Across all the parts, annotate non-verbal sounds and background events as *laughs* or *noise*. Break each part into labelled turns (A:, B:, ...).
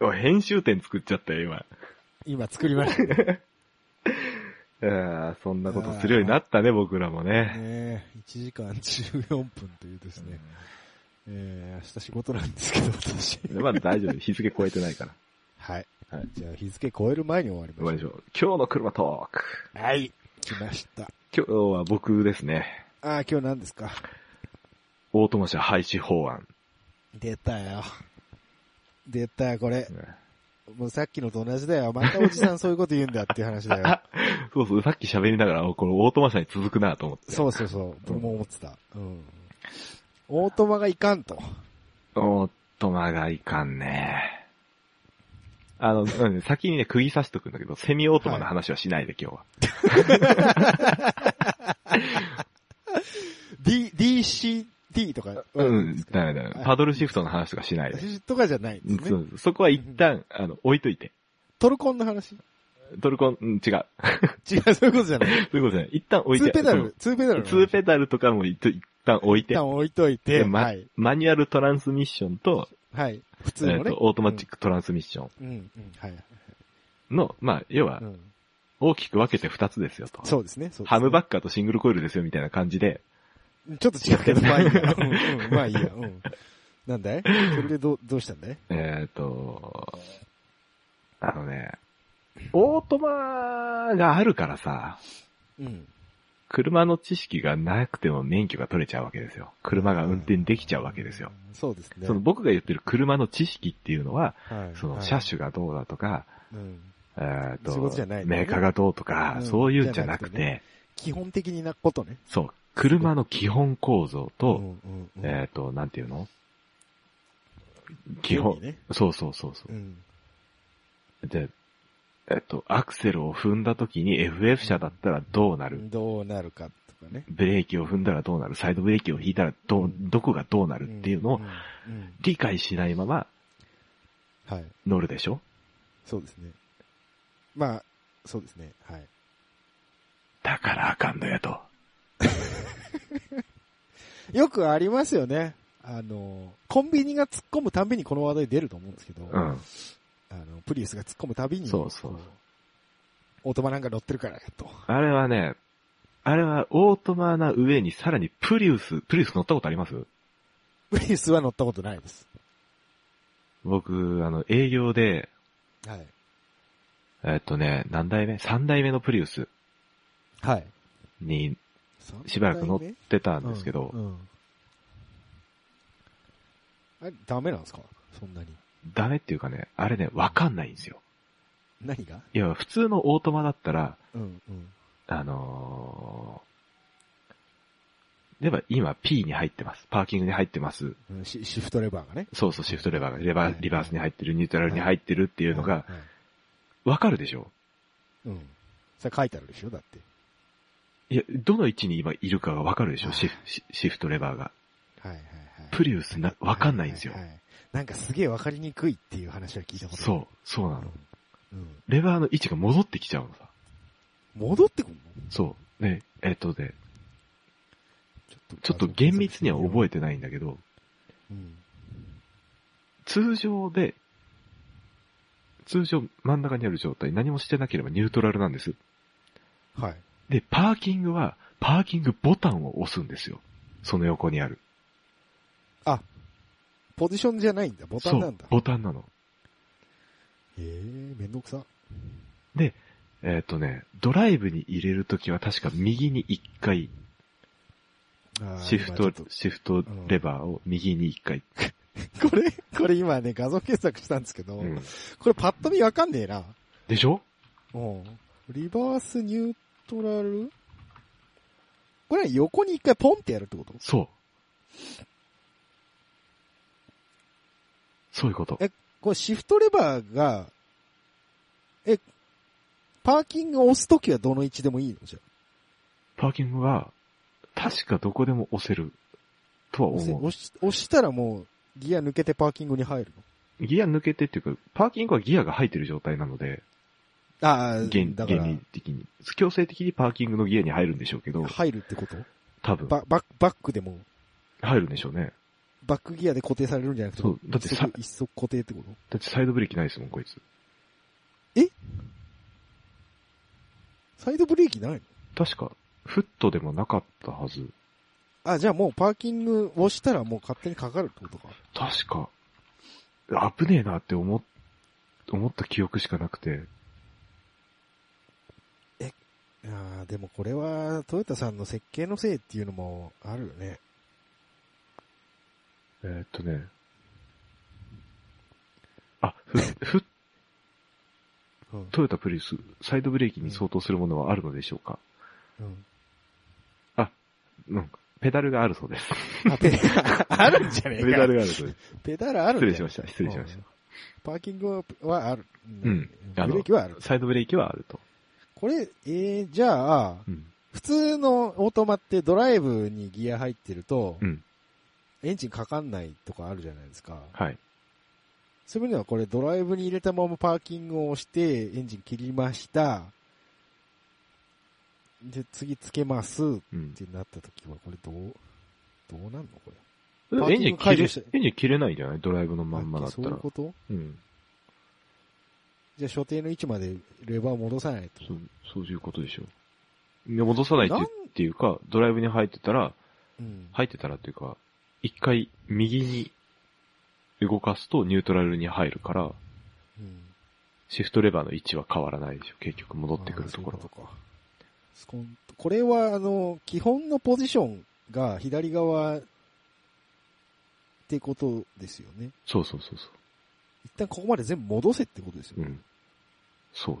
A: お編集点作っちゃったよ、今。
B: 今作りましたね。
A: ああ、そんなことするようになったね、僕らもね。
B: *laughs* ね1時間14分というですね。えー、明日仕事なんですけど、私。
A: まあ大丈夫。日付超えてないから。
B: はい。
A: はい
B: じゃあ日付超える前に終わり
A: 終わ
B: ま
A: り
B: し
A: ましょう。今日の車トーク。
B: た。はい。来ました。
A: 今日は僕ですね。
B: あー、今日何ですか
A: オートマ車廃止法案。
B: 出たよ。出たよ、これ
A: う。ん
B: もうさっきのと同じだよ。またおじさんそういうこと言うんだっていう話 *laughs* だよ。
A: そうそう、さっき喋りながら、このオートマ車に続くなと思って。
B: そうそうそう。僕も思ってた。うん。オートマがいかんと。
A: オートマがいかんね。あの、うん先にね、釘刺しとくんだけど、セミオートマの話はしないで、今日は。
B: D、DCT とか。
A: うん、ダメダメ。パドルシフトの話とかしないで。
B: とかじゃないんです
A: そ
B: ね。
A: うそこは一旦、あの、置いといて。
B: トルコンの話
A: トルコン、うん違う。そう
B: 違う、そういうことじゃない。
A: いうことじゃない。一旦置い
B: ツ
A: て。
B: ーペダル、ツーペダルの
A: その。
B: 話。
A: ツーペダルとかも一一旦置い
B: 一
A: て。
B: 旦置いといて、
A: でま
B: はい。
A: マニュアルトランスミッションと、
B: はい。普
A: え
B: 通の
A: ー
B: ね。
A: とオートマチックトランスミッショ
B: うん。うん、うん、はい。
A: ンの、まあ、要は
B: う、ん。
A: 大きく分けて二つですよと。
B: そうですね、そうですね
A: ハムバッカーとシングルコイルですよ、みたいな感じで。
B: ちょっと違うけ
A: *laughs*
B: ど、まあいいや。うん、うんまあいいや。うん。なんだいそれでどう、どうしたんだい
A: えっ、と、あのね、オートマがあるからさ、
B: うん。
A: 車の知識がなくても免許が取れちゃうわけですよ。車が運転できちゃうわけですよ。。
B: そうですね。
A: その僕が言ってる車の知識っていうのは、
B: はい、
A: その
B: はい
A: 車。種がどうだとか、
B: うん。
A: えっ、
B: そういうことじゃ
A: と、
B: ないんだよ
A: メ
B: ね
A: ーカーがどうとか、
B: うん
A: そういうんじゃなく
B: じゃな
A: て、
B: 基本的なことね。
A: そう、車の基本構造
B: う
A: と、
B: んうんうん、
A: えっ、と、なんていうの基本
B: 興味、ね。
A: そうそうそうそう
B: う。ん。
A: で、えっと、アクセルを踏んだ時に FF 車だったらどうなる
B: どうなるかとかね。
A: ブレーキを踏んだらどうなるサイドブレーキを引いたらど
B: う
A: う、
B: ん
A: どこがどうなるっていうのを
B: んうんうん
A: 理解しないまま
B: はい。
A: 乗るでしょ
B: そうですね。まあ、そうですね。はい。
A: だからあかんのやと。
B: よくありますよね。あの、コンビニが突っ込むたびにこの話題出ると思うんですけど、
A: う
B: あ
A: ん。
B: の、プリウスが突っ込むたびに、
A: そうそう
B: こオートマなんか乗ってるからと。 *laughs*
A: あれはね、あれはオートマな上にさらにプリウス、プリウス乗ったことあります
B: プリウスは乗ったことないです。
A: 僕、あの、営業で、
B: はい。
A: えっとね、何代目 ?3 代目のプリウス
B: はい。
A: にしばらく乗ってたんですけど、
B: うんうんあれ、ダメなんですかそんなに。
A: ダメっていうかね、あれね、わかんないんですよ。
B: 何が
A: いや、普通のオートマだったら、
B: うん、うん。
A: あのー、例えば今 P に入ってます。パーキングに入ってます。
B: うんシシフトレバーがね。
A: そうそう、シフトレバーがレバ
B: はい
A: ー、リバースに入ってる、ニュートラルに入ってるって
B: い
A: いうのが、
B: はい
A: わかるでしょ
B: うん。それ書いてあるでしょだって。
A: いや、どの位置に今いるかがわかるでしょ
B: はい
A: シフシシフトレバーが。
B: はいはいはい。
A: プリウスな、わかんないんですよ
B: は。いはいなんかすげえわかりにくいっていう話は聞いたことある。
A: そう、そうなの。
B: うん。うん。
A: レバーの位置が戻ってきちゃうのさ。
B: 戻ってくんの
A: そう。ね、えっとね、
B: ちょっと
A: ちょっと厳密には覚えてないんだけど、
B: うん。
A: 通常で、通常真ん中にある状態、何もしてなければニュートラルなんです。
B: はい。
A: で、パーキングは、パーキングボタンを押すんですよ。その横にある。
B: あ、ポジションじゃないんだ。ボタンなんだ
A: そう、。ボタンなの。
B: ええ、めんどくさ。
A: えっ、とね、ドライブに入れるときは確か右に一回、
B: あー
A: シフ
B: 今
A: ト
B: ちょっ、
A: シフトレバーを右に一回。
B: とこれ、これ今ね、画像検索したんですけど、
A: うん
B: これパッと見わかんねえな。
A: でしょ
B: うん。リバースニュートラルこれ横に一回ポンってやるってこと
A: そう。そういうこと
B: え。これシフトレバーが、え、パーキングを押すときはどの位置でもいいのじゃ
A: パーキングは、確かどこでも押せる、とは
B: あ押せ
A: 思う。
B: 押し、押したらもうギア抜けてパーキングに入る
A: ギア抜けてっていうか、パーキングはギアが入ってる状態なので、
B: のああ、
A: 原
B: だか
A: 原
B: ら、
A: 理的に。強制的にパーキングのギアに入るんでしょうけど、
B: 入るってこと
A: 多分、
B: ババックバックでも、
A: 入るんでしょうね。
B: バックギアで固定されるんじゃなくて、
A: そうだってさ
B: 一足一足固定ってこと
A: だってサイドブレーキないですもん、こいつ。
B: サイドブレーキないの
A: 確か、フットでもなかったはず。
B: あ、じゃあもうパーキングをしたらもう勝手にかかるってことか。
A: 確か、危ねえなって思っ、思った記憶しかなくて。
B: いやーでもこれはトヨタさんの設計のせいっていうのもあるよね。
A: えーっとね。あ、フッ、フ
B: う
A: ッ
B: ん。
A: トヨタプリウス、サイドブレーキに相当するものはあるのでしょうか
B: うん、
A: うん。ペダルがあるそうです。
B: あ、ペ *laughs* ダあるんじゃねえか。
A: ペダルがあるそうです。
B: ペダルあるん
A: 失
B: だよ
A: 礼しました。失礼しまし
B: う
A: た
B: ん。パーキングはある。
A: うん
B: ブ
A: あの
B: レーキはある。
A: サイドブレーキはあると。
B: これ、えー、じゃあ、
A: うん。
B: 普通のオートマってドライブにギア入ってると、
A: うん
B: エンジンかかんないとかあるじゃないですか。
A: はい。
B: そういう意味ではこれドライブに入れたままパーキングをして、エンジン切りました。で、次つけますっ
A: うん。
B: てなった時は、これどう、どうなんのこれ。
A: でも
B: パー
A: エ
B: キン
A: ン
B: グ
A: ジン切
B: 解
A: れ
B: 除して、
A: エンジン切れないんじゃないドライブのまんまだ
B: あ
A: っ
B: そ
A: た
B: ういう
A: ら。
B: こと
A: うん。
B: じゃあ所定の位置までレバーを戻さないと。
A: そう、そういうことでしょう。ね戻さないって
B: なん
A: っていうか、ドライブに入ってたら、
B: うん。
A: 入ってたらっていうか、一回右に動かすとニュートラルに入るから、
B: うん
A: シフトレバーの位置は変わらないでしょ。結局戻ってくるところ
B: あー
A: は
B: そういうとかスコンこれは、あの、基本のポジションが左側ってことですよね。
A: そうそうそうそ
B: 一旦ここまで全部戻せってことですよ
A: う。う
B: ね。
A: ん。そう。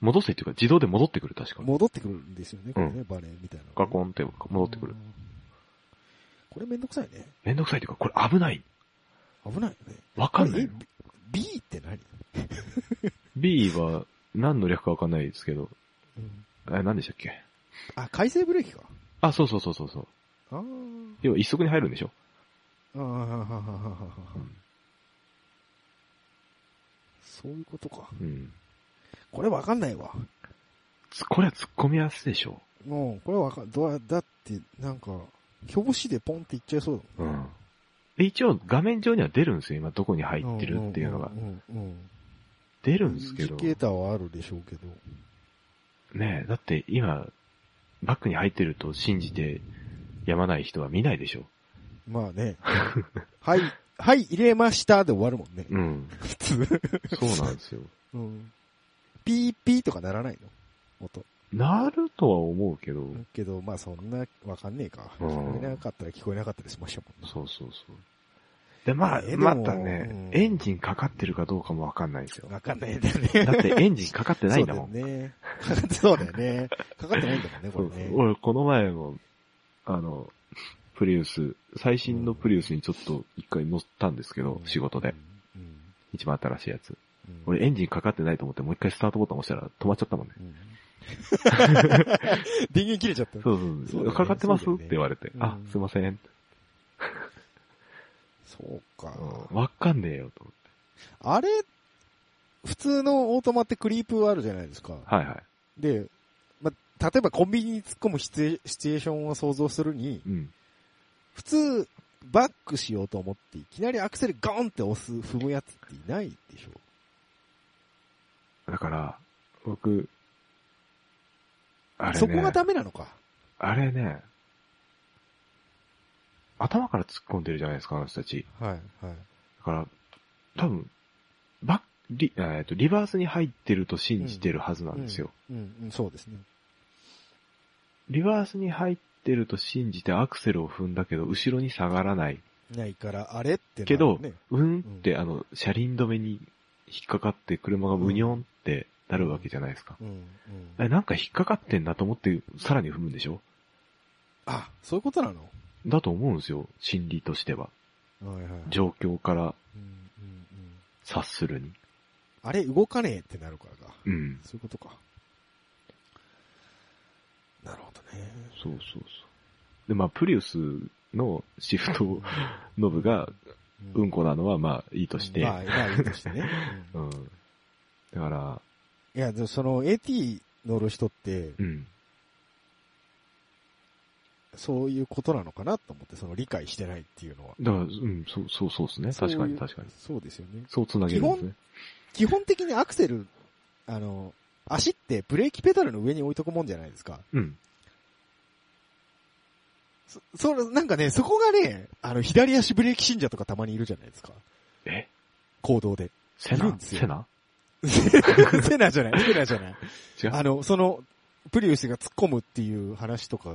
A: 戻せっていうか、自動で戻ってくる、確か。
B: 戻ってくるんですよね、これね、バレーみたいなのが
A: ガ
B: ね、
A: コンって戻ってくる
B: う。ん。これめんどくさいね。
A: めんどくさいっていうか、これ危ない。
B: 危ないよね。
A: わかんないの。
B: これ。え B B って何
A: B は何の略かわかんないですけど、え、何でしたっけ
B: あ、回生ブレーキか。
A: あ、そうそうそうそうそう。
B: あー
A: 要は一足に入るんでしょ
B: あーはははははは
A: うん
B: そういうことか。
A: うん。
B: これわかんないわ。
A: つこれは突っ込みやすいでしょ
B: うん、これわかん、どうだって、なんか、表紙でポンっていっちゃいそうだ
A: うん。で、一応画面上には出るんですよ。今どこに入ってるっていうのが
B: う。んうんうん
A: 出
B: う
A: る
B: ん。
A: んですけ
B: イン
A: ど。
B: ジケーターはあるでしょうけど。
A: ねえ、だって今、バックに入ってると信じてやまない人は見ないでしょ。
B: まあね。はい、はい、入れましたで終わるもんね。
A: うん。
B: 普通。
A: *laughs* そうなんですよ。
B: うん。ピーピーとかならないの音。
A: なるとは思うけど、
B: けど、まあそんな、わかんねえか。
A: うん
B: 聞こえなかったら聞こえなかったりしましたもんね。
A: そうそうそう。で、まあ、
B: えでも
A: またね、
B: うん
A: エンジンかかってるかどうかもわかんないんですよ。
B: わかんないんだよね。
A: だってエンジンかかってないんだもん。
B: *laughs* そうだよね。かかってそうだよね。かかってないんだもんね、こ
A: そ
B: れね。
A: うそう。俺、この前も、あの、プリウス、最新のプリウスにちょっと一回乗ったんですけど
B: う、ん
A: 仕事で。。
B: うん
A: 一番新しいやつ。
B: うん
A: 俺、エンジンかかってないと思って、もう一回スタートボタン押したら止まっちゃったもんね。
B: うん、電源切れちゃった。
A: そうそう
B: そ
A: そうう。
B: だよね
A: かかってます、
B: そう
A: っ
B: だよね
A: て言われて。あ
B: うん、
A: すいません。
B: そうか。
A: わかんねえよ、と思って。
B: あれ、普通のオートマってクリープはあるじゃないですか。
A: はいはい。
B: で、ま、例えばコンビニに突っ込むシチュエシチュエーションを想像するに、
A: うん。
B: 普通、バックしようと思って、いきなりアクセルガーンって押す、踏むやつっていないでしょ。
A: だから、僕、あれね。
B: そこがダメなのか。
A: あれね、頭から突っ込んでるじゃないですか、あの人たち。
B: はい、はい。
A: だから、多分、バッ、リ、えーっと、リバースに入ってると信じてるはずなんですよ。
B: うん、うん、そうですね。
A: リバースに入ってると信じてアクセルを踏んだけど、後ろに下がらない。
B: ないから、あれってなる
A: けど
B: ね、
A: うんって、あの、車輪止めに引っかかって車がブニョンってなるわけじゃないですか。
B: うん、うん。
A: えなんか引っかかってんだと思って、さらに踏むんでしょ
B: あ、そういうことなの
A: だと思うんですよ、心理としては。
B: はい、はい。
A: 状況から
B: うん、うん、うん。
A: 察するに。
B: あれ動かねえってなるからか。
A: うん。
B: そういうことか。なるほどね。
A: そうそうそう。で、まあ、プリウスのシフトノブが
B: う
A: うんこなのは、まあ、いいとして。
B: まあ、まあいいとしてね。う
A: うんん。だから、
B: いや、でもその AT 乗る人って、
A: うん。
B: そういうことなのかなと思って、その理解してないっていうのは。
A: だから、うん、そう、そう、そうですね。
B: そうい
A: 確
B: う
A: かに、確かに。
B: そうですよね。
A: そう繋げるんですね。
B: 基本的にアクセル、あの、足ってブレーキペダルの上に置いとくもんじゃないですか。
A: うん。
B: そ、それ、なんかね、そこがね、あの、左足ブレーキ信者とかたまにいるじゃないですか。
A: え
B: 行動で。
A: セ
B: いる
A: ナ
B: んですよ
A: セナ
B: セナじゃない、セナじゃない。
A: 違う
B: あの、その、プリウスが突っ込むっていう話とか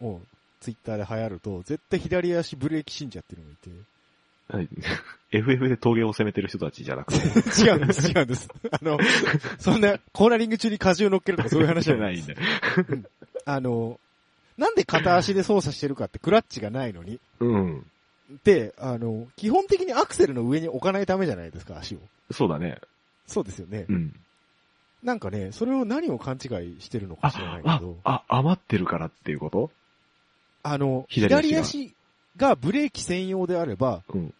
B: を、ツイッターで流行ると、絶対左足ブレーキ信者っていうのがいて。
A: はい FF で峠を攻めてる人たちじゃなくて。
B: 違うんです、違うんです。 *laughs* あの、そんな、コーナリング中に荷重乗っけるとかそういう話じゃない。
A: んだ。
B: あの、なんで片足で操作してるかってクラッチがないのに。
A: うん。
B: で、あの、基本的にアクセルの上に置かないためじゃないですか、足を。
A: そうだね。
B: そうですよね。
A: うん。
B: なんかね、それを何を勘違いしてるのか
A: あ
B: 知ら、ない
A: あ
B: けど、、
A: あ、余ってるからっていうこと
B: あの、
A: 左
B: 左
A: 足
B: 足がブレーキ専用であれば、
A: うん。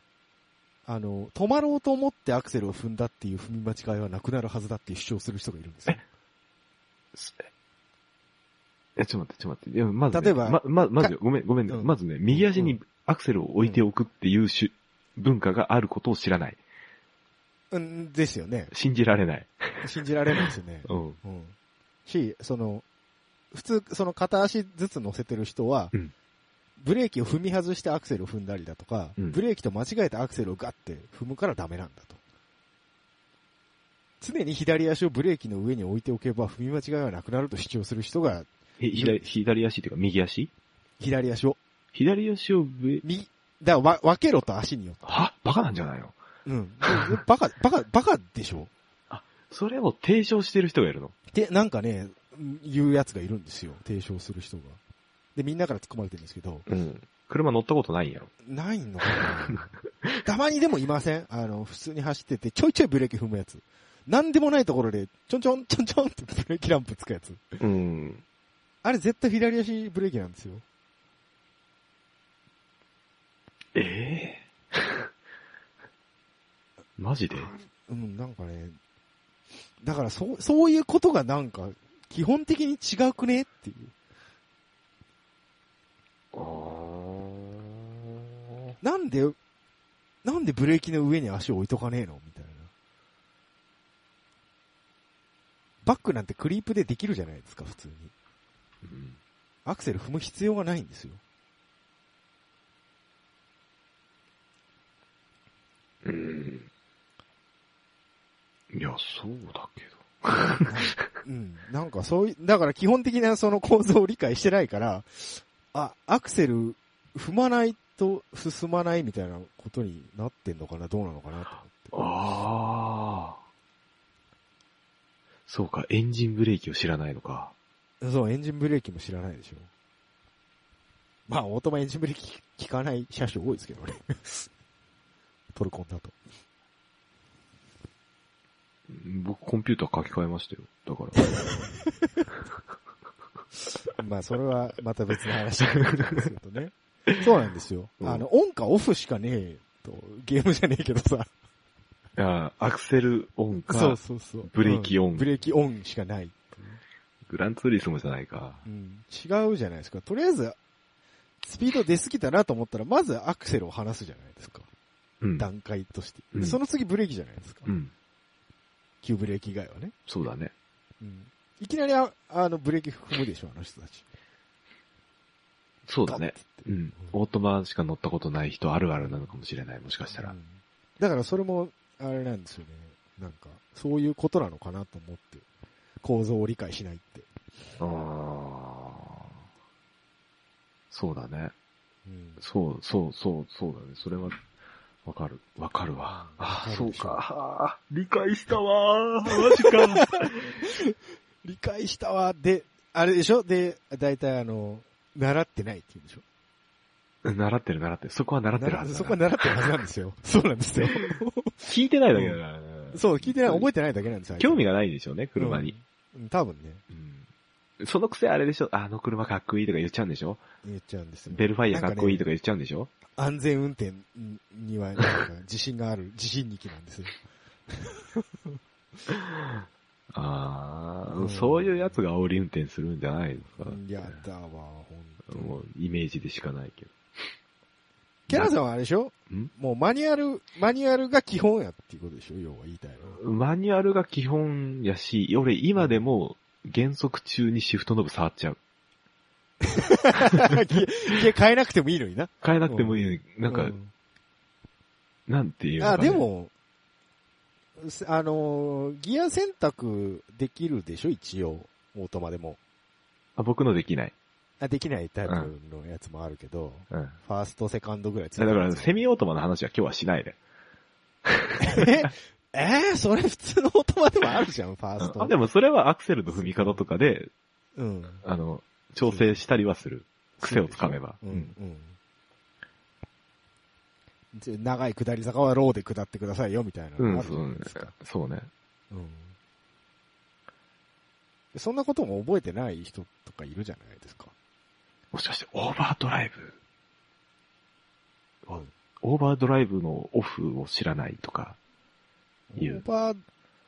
B: あの、止まろうと思ってアクセルを踏んだっていう踏み間違いはなくなるはずだっていう主張する人がいるんですよ。
A: すえ、ちょっと待って、ちょっと待っていや。まずね、
B: 例えば
A: ま、ま、まずよ、ごめん、ごめんね、
B: うん
A: まずね、右足
B: う
A: にアクセルを置いておくっていうし、文化があることを知らない。
B: うん、ですよね。
A: 信じられない。
B: 信じられないですよね。
A: *laughs* うん。
B: うん。し、その、普通、その片足ずつ乗せてる人は、
A: うん
B: ブレーキを踏み外してアクセルを踏んだりだとか、
A: うん
B: ブレーキと間違えてアクセルをガッて踏むからダメなんだと。常に左足をブレーキの上に置いておけば踏み間違いはなくなると主張する人が、
A: え左、左足っていうか右足
B: 左足を、
A: 左足を上、
B: 右、だからわ分けろと足によって。
A: はバカなんじゃないの
B: うん。でバカ、バカ、バカでしょ
A: それを提唱してる人がいるの
B: で、なんかね、言うやつがいるんですよ。提唱する人が。で、みんなから突っ込まれてるんですけど、
A: うん。車乗ったことないんやろ。
B: ないのかな *laughs* たまにでもいませんあの、普通に走ってて、ちょいちょいブレーキ踏むやつ。なんでもないところで、ちょんちょん、ちょんちょんってブ *laughs* レーキランプつくやつ。
A: うん。
B: あれ絶対左足ブレーキなんですよ。
A: ええ *laughs* マジで
B: うん、なんかね。だから、そう、そういうことがなんか、基本的に違くねっていう。
A: あー
B: なんで、なんでブレーキの上に足を置いとかねえのみたいな。バックなんてクリープでできるじゃないですか、普通に。
A: うん
B: アクセル踏む必要がないんですよ。
A: うん。いや、そうだけど。
B: うん。なんかそういう、だから基本的なその構造を理解してないから、あ、アクセル踏まないと進まないみたいなことになってんのかな、どうなのかなと思って。
A: ああ。そうか、エンジンブレーキを知らないのか。
B: そう、エンジンブレーキも知らないでしょ。まあ、オートマエンジンブレーキ効かない車種多いですけどね。トルコンだと。
A: うん僕、コンピューター書き換えましたよ。だから。
B: まあ、それはまた別の話なんですけどね。そうなんですよ。
A: うん
B: あの、オンかオフしかねえと、ゲームじゃねえけどさ。
A: いやアクセルオン
B: *laughs* そ
A: か
B: う、そうそう。
A: ブレーキオン
B: うんブレーキオンしかない。
A: グランツーリスモじゃないか。
B: うん、違うじゃないですか。とりあえず、スピード出すぎたなと思ったら、まずアクセルを離すじゃないですか。
A: うん。
B: 段階として。
A: うん
B: その次ブレーキじゃないですか
A: う。ん。
B: 急ブレーキ以外はね。
A: そうだね。
B: うん、いきなりあ、あの、ブレーキ踏むでしょ、あの人たち。
A: そうだ
B: ガ
A: ね
B: ッ。て
A: う
B: 言って。
A: ん。オートマしか乗ったことない人あるあるなのかもしれない、もしかした
B: う
A: ら。
B: んだからそれも、あれなんですよね。なんか、そういうことなのかなと思って。構造を理解しないって。
A: ああ。そうだね。
B: うん
A: そう、そう、そう、そうだね。それは、わかる。わかるわ。ああ、
B: わか
A: そ
B: る
A: う
B: でしょ
A: か。あー理解したわー。マジか。
B: *laughs* 理解したわ。で、あれでしょで、大体あの、習ってないって言うんでしょ
A: 習ってる、習ってる。そこは習ってるはずだな。
B: そこは習ってるはずなんですよ。 *laughs* そうなんですよ。
A: 聞いてないだけだからね。
B: そう、聞いてない、覚
A: え
B: えてないだけなんですよ。
A: *laughs* 興味がないでしょうね、車に。
B: うん。多分ね、
A: うんそのくせあれでしょ、あの車かっこいいとか言っちゃうんでしょ
B: 言っちゃうんですよ。
A: ベルファイアかっこいい
B: か、
A: とか言っちゃうんでしょ
B: 安全運転には、なんか、自信がある、自信力なんですよ。
A: ああ、
B: うん
A: そういうやつが煽り運転するんじゃないですか。
B: やだわ、ほん
A: もう、イメージでしかないけど。
B: キャラさんはあれでしょ
A: ん
B: もうマニュアル、マニュアルが基本やっていうことでしょ要は言いたいのは。
A: マニュアルが基本やし、俺今でも減速中にシフトノブ触っちゃう。
B: *laughs* 消え変えなくてもいいのにな。
A: 変えなくてもいいのに、なんか、
B: う
A: なんていうの
B: あ、
A: かね
B: で、も、すあのーギア選択できるでしょ一応。オートマでも。
A: あ僕のできない。
B: あ、できないタイプのやつもあるけど、
A: うん。
B: ファースト、セカンドぐらいつ
A: だから、セ
B: ミ、
A: ミオートマの話は今日はしないで。
B: え *laughs* えーそれ普通のオートマでもあるじゃん、ファースト。
A: あでもそれはアクセルの踏み方とかで、
B: うん。
A: あの、調整したりはする。癖をつかめば。
B: う
A: うんん、
B: うん。で長い下り坂はローで下ってくださいよ、みたいな。
A: うん
B: あるじゃないですか
A: そうね。
B: うん。そんなことも覚えてない人とかいるじゃないですか。
A: もしかして、オーバードライブをオーバードライブのオフを知らないとか。
B: オ
A: 言う
B: ーバー、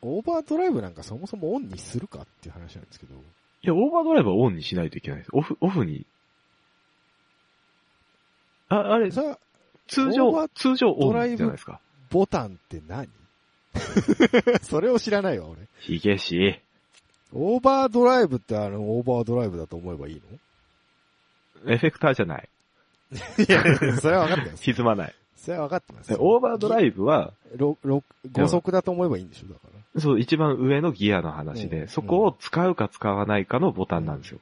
B: オーバードライブなんかそもそもオンにするかっていう話なんですけど。
A: いや、オーバードライブはオンにしないといけないです。オフ、オフに。あ、あれ、
B: さあ、
A: 通
B: オーバ
A: 常
B: ー、
A: 通常オ
B: ドライ
A: ン
B: ブ
A: じゃないですか。
B: ボタンって何 *laughs* それを知らないわ、俺。
A: ヒゲし。
B: オーバードライブってあの、オーバードライブだと思えばいい
A: エフェクターじゃない。
B: の *laughs* いや、それは分かって
A: *laughs*
B: ます。
A: 歪まない。
B: それは分かってます
A: で。オーバードラ
B: イ
A: イブは、
B: ブ ?5 速だと思えばいいんでしょ、だから。
A: そう、一番上のギアの話
B: う
A: で、
B: ん
A: そこを使うか使わないかのボタンなんですよ。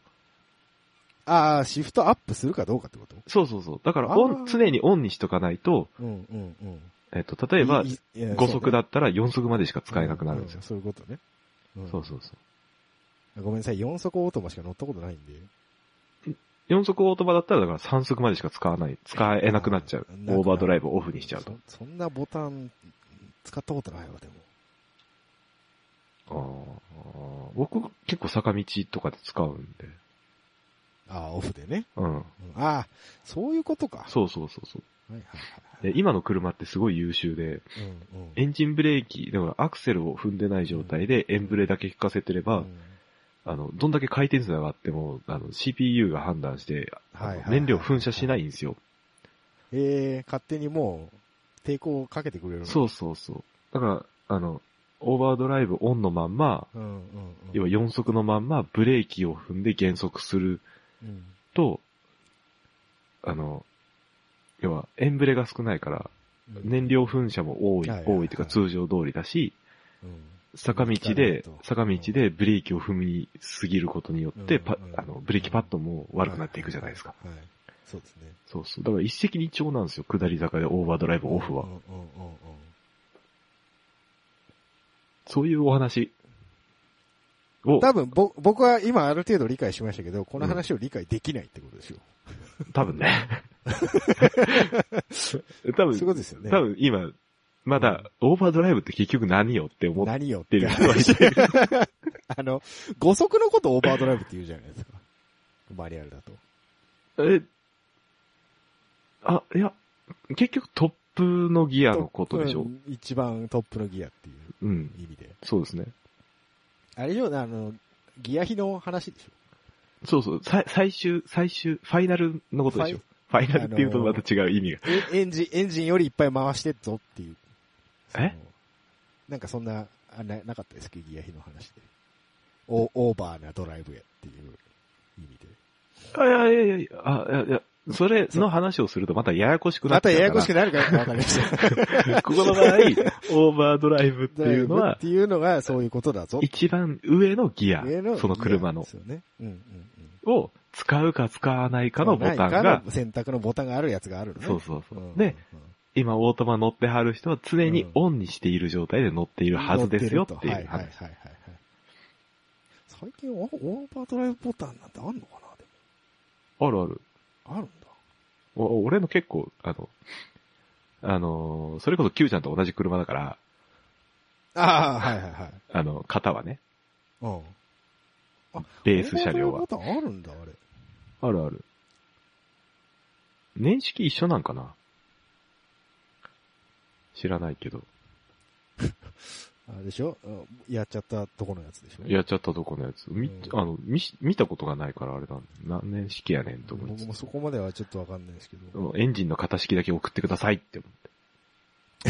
B: ああ、シフトアップするかどうかってこと
A: そうそうそう。だから、
B: あー
A: オン、常にオンにしとかないと、
B: うんうんうん。
A: えっと、例えば、5
B: 5
A: 速だったら4速までしか使えなくなるんですよ。
B: そういうことね。うん
A: そうそうそ
B: ごめんなさい、4速オートマしか乗ったことないんで。
A: う。4速オートマだったら、だから3速までしか使わない、使えなくなっちゃう
B: あ。ー
A: オーバードライブをオフにしちゃうと。
B: そ。そんなボタン、使ったことないわ、でも。
A: あー僕、結構坂道とかで使うんで。
B: ああ、オフでね。
A: うん。
B: うんああ、そういうことか。
A: そうそうそうそう。
B: はいはいはい
A: で、今の車ってすごい優秀で、
B: はい。うんうん
A: エンジンブレーキ、だからアクセルを踏んでない状態でエンブレだけ効かせてれば、
B: うん
A: あの、どんだけ回転数があっても、あの、CPU が判断して、あの
B: はいはいはい
A: 燃料噴射しないんですよ。
B: ええ、勝手にもう、抵抗をかけてくれるの
A: そうそうそう。だから、あの、オーバードライブオンのまんま、
B: うんうんうん。
A: 要は4速のまんまブレーキを踏んで減速する
B: うん
A: と、あの、要はエンブレが少ないから、
B: うん
A: 燃料噴射も多い、
B: はいはいはい
A: 多いというか通常通りだし、
B: うん
A: 坂道
B: 疲れる
A: で
B: と、
A: 坂道でブレーキを踏みすぎることによって、パ
B: うんうん
A: あの、ブレーキパッドも悪くなっていくじゃないですか。
B: はい。そうですね。
A: そうそう。だから一石二鳥なんですよ。下り坂でオーバードライブオフは
B: うん。うんうんうん。
A: そういうお話を、
B: 多分、ぼ、僕は今ある程度理解しましたけど、この話を理解できないってことでしょ。
A: 多分 *laughs* ね。
B: そういう
A: 多
B: こ
A: 分、
B: とですよね。
A: 多分今、まだ、オーバードライブって結局何よって思っ
B: 何よってて
A: る人はいてる。
B: *laughs* あの、五速のことをオーバードライブって言うじゃないですか。マニュアルだと。
A: え、あ、いや、結局トップのギアのことでしょ
B: う。ん一番トップのギアっていう
A: うん。
B: 意味で。
A: そうですね。
B: あれよ、あの、ギア比の話でしょ。
A: そうそう。さ最終、最終、ファイナルのことでしょ。ファイナルっていうとまた違う意味が。
B: えエンジン、エンジンよりいっぱい回してっぞっていう。その
A: え
B: なんかそんな、あな、なかったですっけギア比の話で。オオーバーなドライブやっていう意味で。
A: あ、いやいやいや、あ、いやいや、それの話をするとまたややこしくな
B: ま
A: っち
B: た
A: ゃうか
B: や
A: ら。
B: やこしくなるからわかりました。
A: ここの場合、オーバードライブっていうの
B: ドライブっ
A: は、
B: ていうのがそういうことだぞ。
A: 一番上のギア、
B: 上
A: その車の
B: です、よね。うんうんうん。
A: を使うか使わないかのボタン
B: ない
A: が
B: か、の選択のボタンがあるやつがあるのね。
A: そうそうそう。
B: うん
A: で、、今オートマ乗ってはる人は常に
B: うん
A: オンにしている状態で乗っているはずですよってい
B: は
A: う
B: いはいはい
A: 話。
B: はいはい。最近オオーバードライブボタンなんてあんのかなで
A: あるある。
B: も。あるんだ。
A: お俺の結構、あの、あのーそれこそ Q ちゃんと同じ車だから、
B: ああ、はいはいはい。
A: あの、型はね、
B: うん。
A: レース車両は
B: オー。バードライブボタンあるんだ、あれ。
A: あるある。年式一緒なんかな知らないけど。
B: あれでしょうんやっちゃったとこのやつでしょ
A: やっちゃったとこのやつ。み
B: う、ん
A: あの、見し、見たことがないからあれだ、ね。何年式やねんと思い
B: 僕も
A: つつ
B: そこまではちょっとわかんないですけど。
A: エンジンの型式だけ送ってくださいって思って。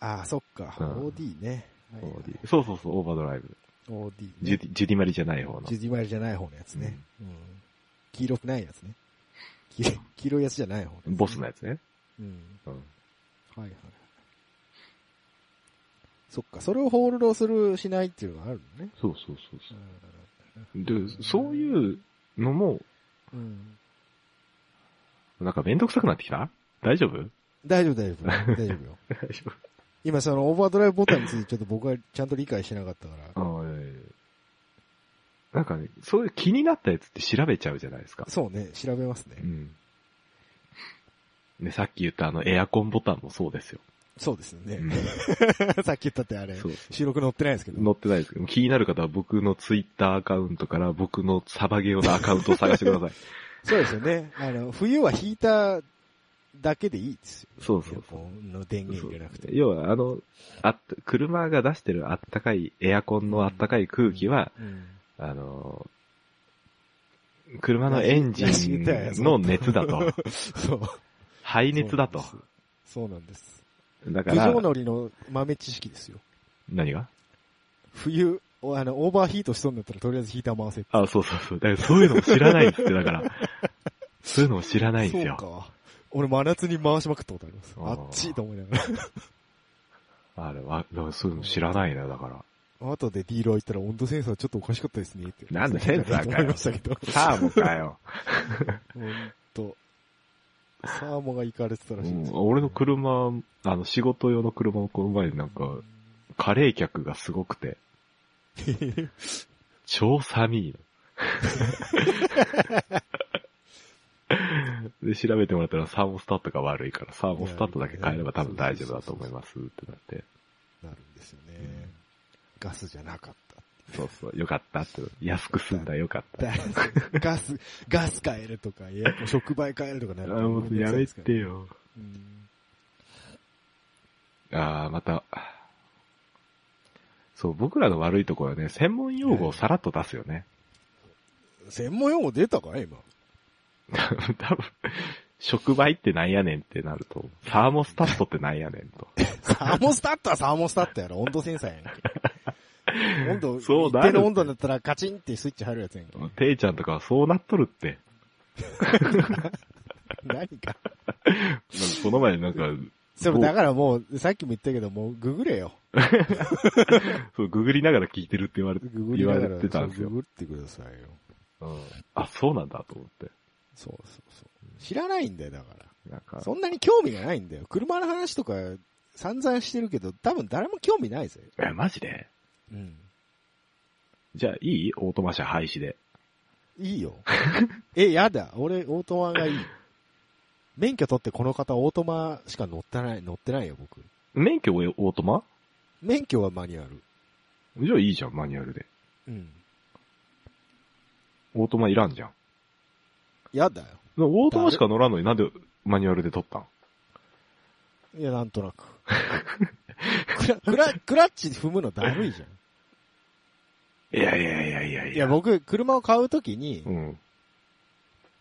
B: ああ、そっか。
A: うん
B: OD ね。はいはい
A: OD そうそうそう、オーバードライブ。
B: OD ね。
A: ジュディ、ジュディマリじゃない方の
B: ジ。ュディマリじゃない方のやつね。うん。黄色くないやつね。黄色黄色いやつじゃない方、
A: ボスのやつね。
B: うん。
A: うん。
B: はいはい。そっか、それをホールドする、しないっていうのがあるのね。
A: そうそうそうそう。で、そういうのも、
B: うん。うん
A: なんかめんどくさくなってきた大丈夫
B: 大丈夫大丈夫。大丈夫
A: *laughs*
B: よ。
A: 大丈夫
B: 今そのオーバードライブボタンについてちょっと僕はちゃんと理解してなかったから。
A: ああ、いやいやいやなんかね、そういう気になったやつって調べちゃうじゃないですか。
B: そうね、調べますね。
A: うん。ね、さっき言ったあのエアコンボタンもそうですよ。
B: そうですよ
A: う
B: ね
A: ん。
B: *laughs* さっき言ったってあれ
A: そ、う。
B: 収録載ってないですけど。
A: 載ってないですけど、気になる方は僕のツイッターアカウントから僕のサバゲオのアカウントを探してください。
B: そうですよね。あの、冬はヒーターだけでいいですよ。
A: *laughs* そうそうそう
B: エアコンの電源入れなくて。
A: 要は、あの、あっ車が出してるあったかい、エアコンのあったかい空気は、
B: うん
A: あの、車のエンジン
B: *laughs*
A: の熱だと。
B: そう。
A: 排熱だと。
B: そうなんです。
A: だか
B: そうなんです。九条、乗
A: ら
B: りの豆知識ですよ。
A: 何が
B: 冬、おあの、オーバーヒートしそうになったらとりあえずヒーター回せって。
A: あ、そうそうそう。だからそういうのも知らないんですって、だから。そういうのも知らないんですよ
B: そ。うか。俺真夏に回しまくったことあります。
A: あー
B: あっちいと思いなが
A: あれは、だからそういうの知らないな、だから。
B: ら。後でディーラー行ったら温度センサーちょっとおかしかったですねって。
A: なんでセンサーかよ
B: 思いましたけど。
A: サーモかよ。
B: ほんと。サーモが行かれてたらしいですよ、 *laughs*
A: 俺の車、あの、仕事用の車のこの前になんか、カレー客がすごくて、超寒い *laughs* の。で、調べてもらったらサーモスタットが悪いから、サーモスタットだけ変えれば多分大丈夫だと思いますってなって。
B: なるんですよね。ガスじゃなかった。
A: そうそう、よかったって。安く済んだよかった。
B: *laughs* ガス、ガス変えるとか、エアコン触媒変えるとかな
A: あ
B: る
A: もうやめて。よ。
B: うん
A: ああ、また。そう、僕らの悪いところはね、専門用語をさらっと出すよね。 *laughs*
B: 専門用語出たかい今。
A: 多分、触媒ってなんやねんってなると、サーモスタットってなんやねん *laughs* と。
B: サーモスタットは *laughs* サーモスタットやろ。温度センサーやんけ。温度、
A: *laughs* そう
B: 一
A: なる
B: 定の温度になったらカチンってスイッチ入るやつやんけ。
A: ていちゃんとかはそうなっとるって。
B: 何か。
A: なんかこの前なんか、
B: それだからもう、さっきも言ったけど、もうググれよ。
A: そう、ググりながら聞いてるって言われて、
B: ググりながら。
A: 言われてたんですよ
B: そうググってくださいよ。
A: うん、あ、そうなんだと思って。
B: そうそうそう。知らないんだよ、だから。
A: なんか、
B: そんなに興味がないんだよ。車の話とか散々してるけど、多分誰も興味ないぜ。
A: え、マジで
B: うん。
A: じゃあいいオートマ車廃止で。
B: いい
A: *laughs*
B: よ。え、やだ。俺、オートマがいい。免許取ってこの方、オートマしか乗ってない、乗ってないよ、僕。
A: 免許をオートマ
B: 免許はマニュアル。
A: じゃあいいじゃん、マニュアルで。
B: うん。
A: オートマいらんじゃん。
B: やだよ。
A: オートマしか乗らんのになんでマニュアルで撮ったん
B: いや、なんとな
A: *laughs*
B: く。クラ、クラ、クラッチ踏むのだるいじゃん。
A: いやいやいやいやい
B: いや、僕、車を買うときに、
A: うん。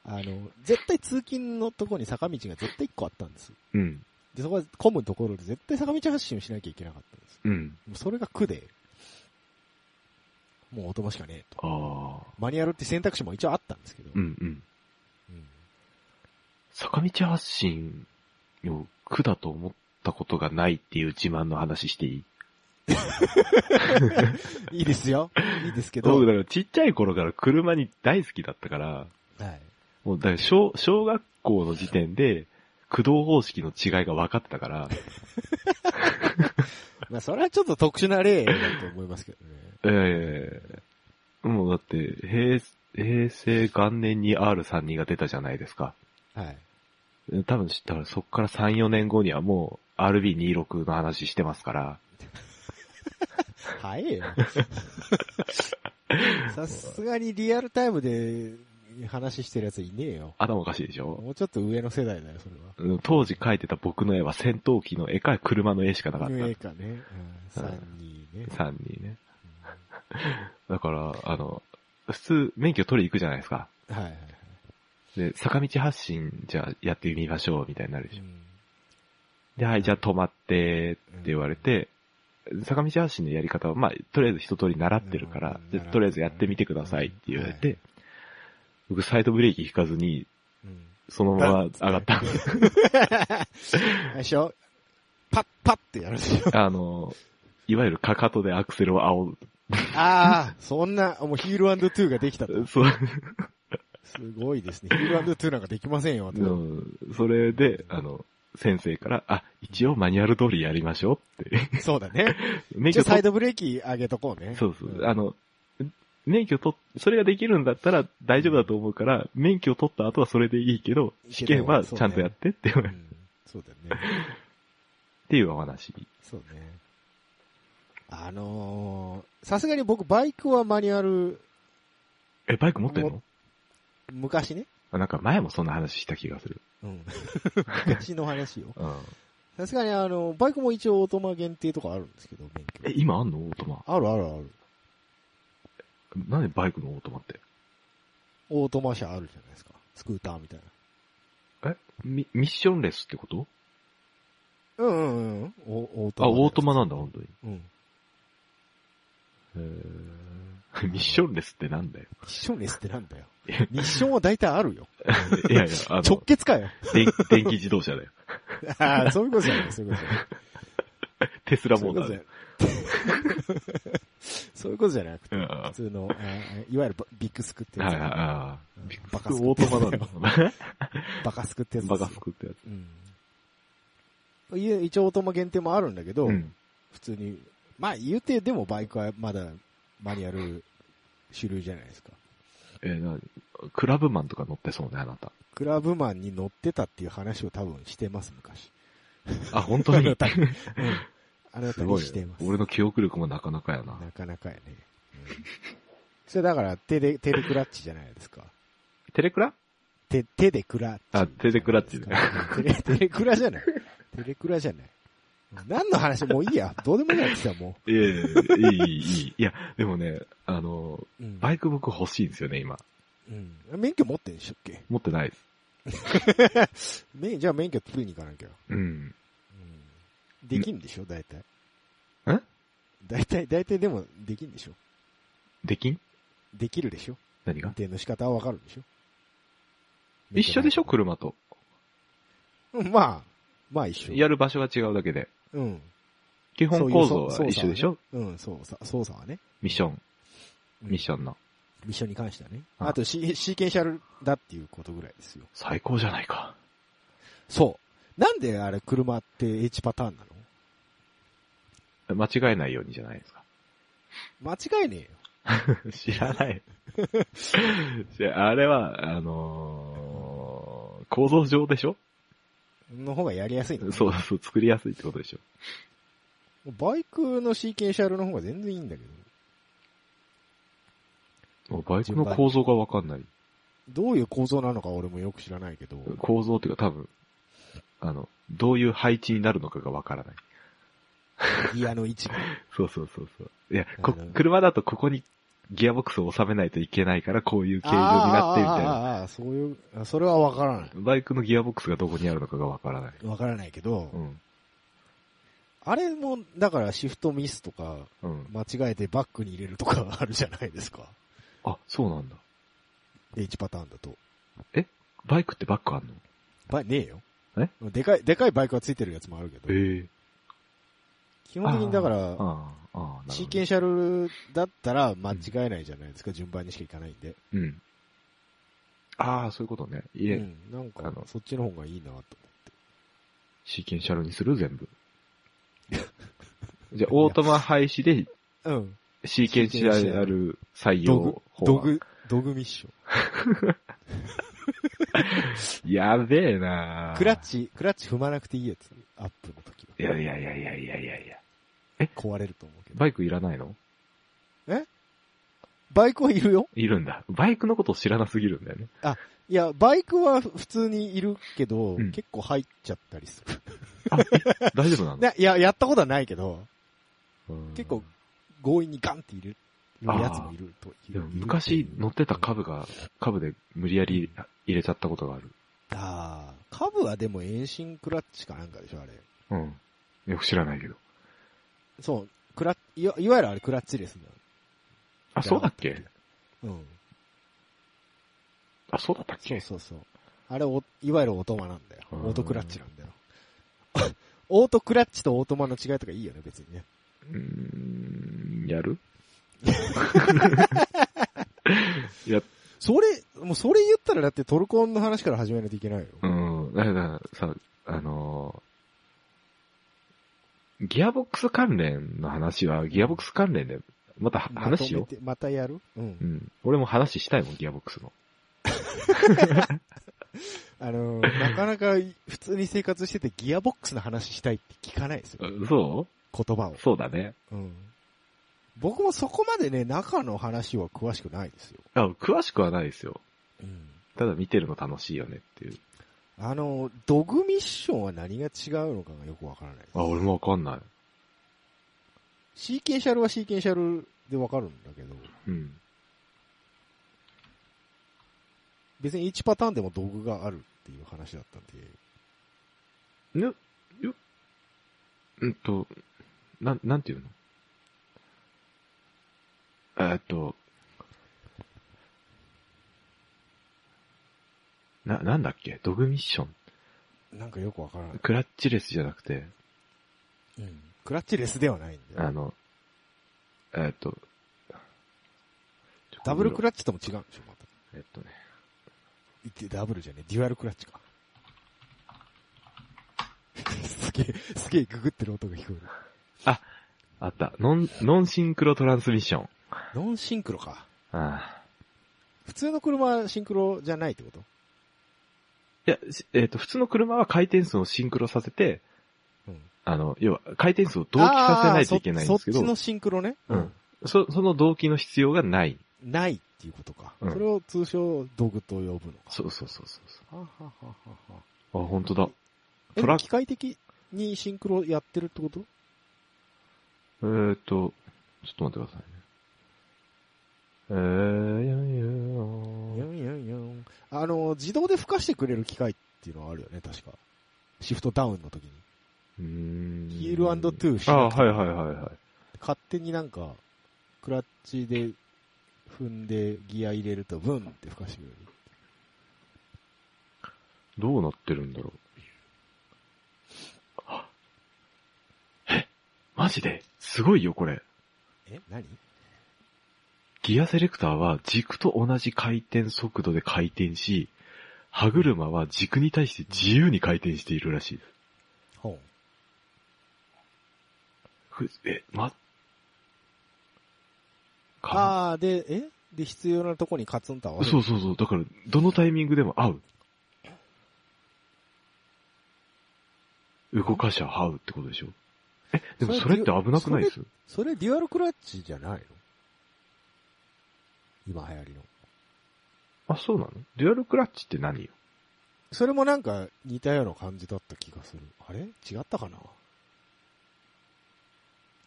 B: あの、絶対通勤のとこに坂道が絶対一個あったんです。
A: うん。
B: で、そこは混むところで絶対坂道発進をしなきゃいけなかったんです。
A: うん。
B: もうそれが苦で、もうオートマしかねえと。
A: ああ。
B: マニュアルって選択肢も一応あったんですけど。
A: うんうん。
B: うん
A: 坂道発進を苦だと思ったことがないっていう自慢の話していい
B: いいです
A: *laughs*
B: よ。いいですけど。
A: 僕、だからちっちゃい頃から車に大好きだったから、
B: はい。
A: もうだから小小学校の時点で、駆動方式の違いが分かってたから、
B: まあ、それはちょっと特殊な例だと思いますけどね。
A: ええもうだって、平、平成元年に R32 が出たじゃないですか。
B: はい。
A: 多分知ったらそっから3、4年後にはもう RB26 の話してますから、 *laughs*
B: 早えよ。さすがにリアルタイムで、話してるやついねえよ。
A: 頭おかしいでしょ
B: もうちょっと上の世代だよ、それは。
A: うん当時描いてた僕の絵は戦闘機の絵か車の絵しかなかった。
B: 上かね。うん、
A: うん
B: 3、2ね。
A: 3人ね。だから、あの、普通、免許取り行くじゃないですか。
B: うんはいはいはい。
A: で、坂道発進、じゃあやってみましょう、みたいになるでしょ。
B: うん
A: で、はい、じゃあ止まって、って言われて、坂道発進のやり方は、まあ、とりあえず一通り習ってるから、
B: うん
A: で
B: 習ってる
A: とりあえずやってみてくださいって言われて、
B: は
A: 僕サイドブレーキ引かずに、
B: うん
A: そのまま上がった。
B: 最初、パッパッってやるでしょ。 *laughs*
A: あの、いわゆるかかとでアクセルを煽
B: ああ、そんな、もうヒールトゥーができたと
A: る。。そう、
B: すごいですね。ヒールトゥーなんかできませんよ、私
A: *laughs* うんそれで、あの、先生から、あ、一応マニュアル通りやりましょうって。
B: そうだね。
A: 免
B: じゃ
A: 許
B: あサ
A: 取
B: イ
A: っ
B: ドブレーキ上げとこうね。
A: そうそう、
B: ん
A: あの、免許取っ、それができるんだったら大丈夫だと思うから、免許取った後はそれでいいけど、試験はちゃんとやってって、
B: う
A: *laughs* っ
B: んそうだよね。
A: ていうお話。
B: そうね。あのー、さすがに僕バイクはマニュアル、
A: え、バイク持ってんの
B: 昔ね。
A: あなんか前もそんな話した気がする。 *laughs*
B: うん。昔の話よ。
A: うん。
B: さすがにあの、バイクも一応オートマ限定とかあるんですけど、免許
A: え、。今あんのオートマ。
B: あるあるある。
A: なんでバイクのオートマって。
B: オートマ車あるじゃないですか。スクーターみたいな。
A: ミミッションレスってこと
B: うんうんうん。おオート
A: あ、
B: マ。
A: オートマなんだ、本当に。
B: うん。ミ
A: へー *laughs* ミッションレスってなん *laughs* だよ。
B: ッションレスってなんだよ。ミッションは大体あるよ。
A: いやいや、あ
B: 直
A: の、
B: 結かよ。
A: 電電気自動車 *laughs* だよ。
B: ああ、そういうことじゃない。そういうことじゃない。
A: テスラモーター
B: そういうことじゃないそ
A: だよ。
B: ういうことじゃなくて、
A: うん
B: 普通の、あーいわゆるビッグスクってや
A: はい
B: つ。
A: はいは
B: うん
A: い。
B: バカスク
A: オートマなんだ。
B: バカスクってやつです
A: バ
B: よ。
A: カスクってやつ。
B: うん。いえ一応オートマ限定もあるんだけど、
A: うん。
B: 普通に、まあ言うて、でもバイクはまだマニュアル主流じゃないですか。
A: えーな、クラブマンとか乗ってそうね、あなた。
B: クラブマンに乗ってたっていう話を多分してます、昔。
A: あ、本
B: *laughs*
A: 当に。
B: たに。うんあなた
A: す
B: に
A: ごい
B: してます。
A: 俺の記憶力もなかなかやな。
B: なかなかやね。うんそれだから手で、手でクラッチじゃないですか。
A: テレクラ
B: 手、手でクラッチ。
A: あ手でクラッチね
B: うん。手で手でクラじゃない。手でクラじゃない。何の話もういいや。どうでもいいやつだも
A: ええ、いい、いい、いい。いや、でもね、あの、
B: う。うん。
A: バイク僕欲しいんですよね、今。
B: うん。免許持ってんでしょっけ
A: 持ってないです。
B: 免じゃあ免許取りに行かなきゃ。
A: うん。
B: うん。できんでしょ大体。
A: ん
B: 大体、大体でもできんでしょ
A: できん
B: できるでしょ
A: 何
B: 運
A: が
B: 転の仕方はわかるでしょ
A: 一緒でしょ、
B: これ。
A: 車と。
B: うん、まあ、まあ一緒。
A: やる場所が違うだけで。
B: うん。
A: 基本構造
B: そう
A: は
B: いう
A: 一緒でしょ
B: うん、そうさ、操作はね。
A: ミッション、
B: うん
A: ミッションの。
B: ミッションに関してはね。
A: あ
B: あとシ、シーケンシャルだっていうことぐらいですよ。
A: 最高じゃないか。
B: そう。なんであれ車って H パターンなの
A: 間違えないようにじゃないですか。
B: 間違いねえよ。
A: 知らない。知らあれは、あのー構造上でしょ
B: の方がやりやすいの。
A: そうそう、作りやすいってことでしょ。
B: バイクのシーケンシャルの方が全然いいんだけど。
A: もうバイクの構造がわかんない。
B: どういう構造なのか俺もよく知らないけど。
A: 構造っていうか多分、あの、どういう配置になるのかがわからない。
B: ギアの位置が。
A: そうそうそうそう。いや、こ
B: なるほど
A: 車だとここにギアボックスを収めないといけないから、こういう形状になってみたい
B: あ
A: な。
B: あああああ、そういう、あそれはわからない。
A: バイクのギアボックスがどこにあるのかがわからない。
B: わからないけど、
A: うん。
B: あれも、だからシフトミスとか、
A: うん。
B: 間違えてバックに入れるとかあるじゃないですか。
A: あ、そうなんだ。
B: H パターンだと。
A: バイクってバックあんの
B: バイねえよ。
A: え
B: でかい、でかいバイクがついてるやつもあるけど、
A: ええ。
B: 基本的にだか
A: あ
B: ら、
A: あ、ああ、なるほど。
B: シーケンシャルだったら間違えないじゃないですか、順番にしかいかないんで。
A: うん。ああ、そういうことね。いうえ、
B: ん、なん
A: あ
B: か
A: の、
B: そっちの方がいいなと。
A: シーケンシャルにする全
B: *laughs*
A: 部。じゃあ、オートマ廃止で
B: うん。
A: シーケンシャル採用法
B: ドグ、ドグミッション。
A: やべえな
B: クラッ。チ、クラッチ踏まなくていいやつ、アップの時
A: いやいやいやいやいやいやいや。
B: 壊れると思うけど。
A: バイクいらないの
B: えバイクはいるよ。
A: いるんだ。バイクのことを知らなすぎるん
B: *laughs*
A: だよね。
B: いや、バイクは普通にいるけど、
A: うん
B: 結構入っちゃったりする。
A: 大丈夫なの
B: ないや、やったことはないけど、
A: うん
B: 結構強引にガンっているやつもいるという
A: でも昔乗ってた株が、株で無理やり入れちゃったことがある。
B: ああ、カブはでも遠心クラッチかなんかでしょ、あれ。
A: うん。よく知らないけど。
B: そう、クラッいわいわゆるあれクラッチレスだよ。
A: あ、そうだっけ
B: うん。
A: あ、そうだったっ
B: そう
A: け
B: そうそう。あれお、いわゆるオートマなんだよ。
A: うん
B: オートクラッチなんだよ。 *laughs* オートクラッチとオートマの違いとかいいよね、別にね。
A: うーん、やるいや、
B: それ、もうそれ言ったらだってトルコンの話から始めないといけないよ。
A: うん、だからさ、あのーギアボックス関連の話は、ギアボックス関連で、また
B: まとめて
A: 話しよ
B: またやるうん
A: う。う。ん。俺も話したいもん、ギアボックスの。
B: あの *laughs* ー、なかなか普通に生活しててギアボックスの話したいって聞かないですよ。
A: そ
B: 言葉を
A: う。そうだね。
B: うん。僕もそこまでね、中の話は詳しくないですよ。
A: あ、詳しくはないですよ。
B: うん。
A: ただ見てるの楽しいよねっていう。
B: あの、ドグミッションは何が違うのかがよくわからないです。
A: あ、俺もわかんない。
B: シーケンシャルはシーケンシャルでわかるんだけど、
A: うん。
B: 別に1パターンでも道具があるっていう話だったんで、
A: ぬ、ゆ、うんと、なん、なんていうのえーっと、な、なんだっけドグミッション。
B: なんかよくわからない。
A: クラッチレスじゃなくて、
B: うん。クラッチレスではないんだ
A: あ
B: よ。
A: の、えーっと、
B: ダブルク
A: ラッチ
B: ラッチとも違うんでしょ、また。
A: えっとね。
B: 言ってダブルじゃねえ、デュアルクラッチか。 *laughs* すげえ、すげえググってる音が聞こえる。
A: あった。ノン、ノンシンクロトランスミッション。
B: ノンシンクロか。
A: ああ。
B: 普通の車はシンクロじゃないってこと
A: いや、しえーっと、普通の車は回転数をシンクロさせて、
B: うん。
A: あの、要は、回転数を同期させないといけないんです
B: あーそそ
A: け
B: っちの
A: ど、
B: シンクロね。
A: うん。そその動機の必要がない。
B: ないっていうことか。
A: うん
B: それを通称、ドグと呼ぶのか。
A: そうそうそうそうそ
B: ははははは
A: う。あ、本当だ。
B: え
A: トラ
B: 機械的にシンクロやってるってこと
A: えーっと、ちょっと待ってくださいね。えー、やんやんや
B: や
A: ん
B: んやんやん。あの、自動で吹かしてくれる機械っていうのはあるよね、確か。シフトダウンの時に。
A: うーん。
B: ヒールアンドトゥーし
A: あ、
B: なくて
A: はいはいはいはい。
B: 勝手になんか、クラッチで踏んでギア入れるとブンって吹かしてくれる。
A: どうなってるんだろう。あえマジですごいよ、これ。
B: え何
A: ギアセレクターは軸と同じ回転速度で回転し、歯車は軸に対して自由に回転しているらしいです。
B: ほん。
A: ふえ、ま、か、
B: あー、で、えで、必要なとこにカツンと合わせ
A: そ
B: る。
A: うそうそう。だから、どのタイミングでも合う。動かしゃ合うってことでしょ。え、でもそ
B: そ
A: れ
B: れ
A: って危なくないです
B: それデュアルクラッチじゃないの今流行りの。
A: あ、そうなのデュアルクラッチって何よ
B: それもなんか似たような感じだった気がする。あれ違ったかな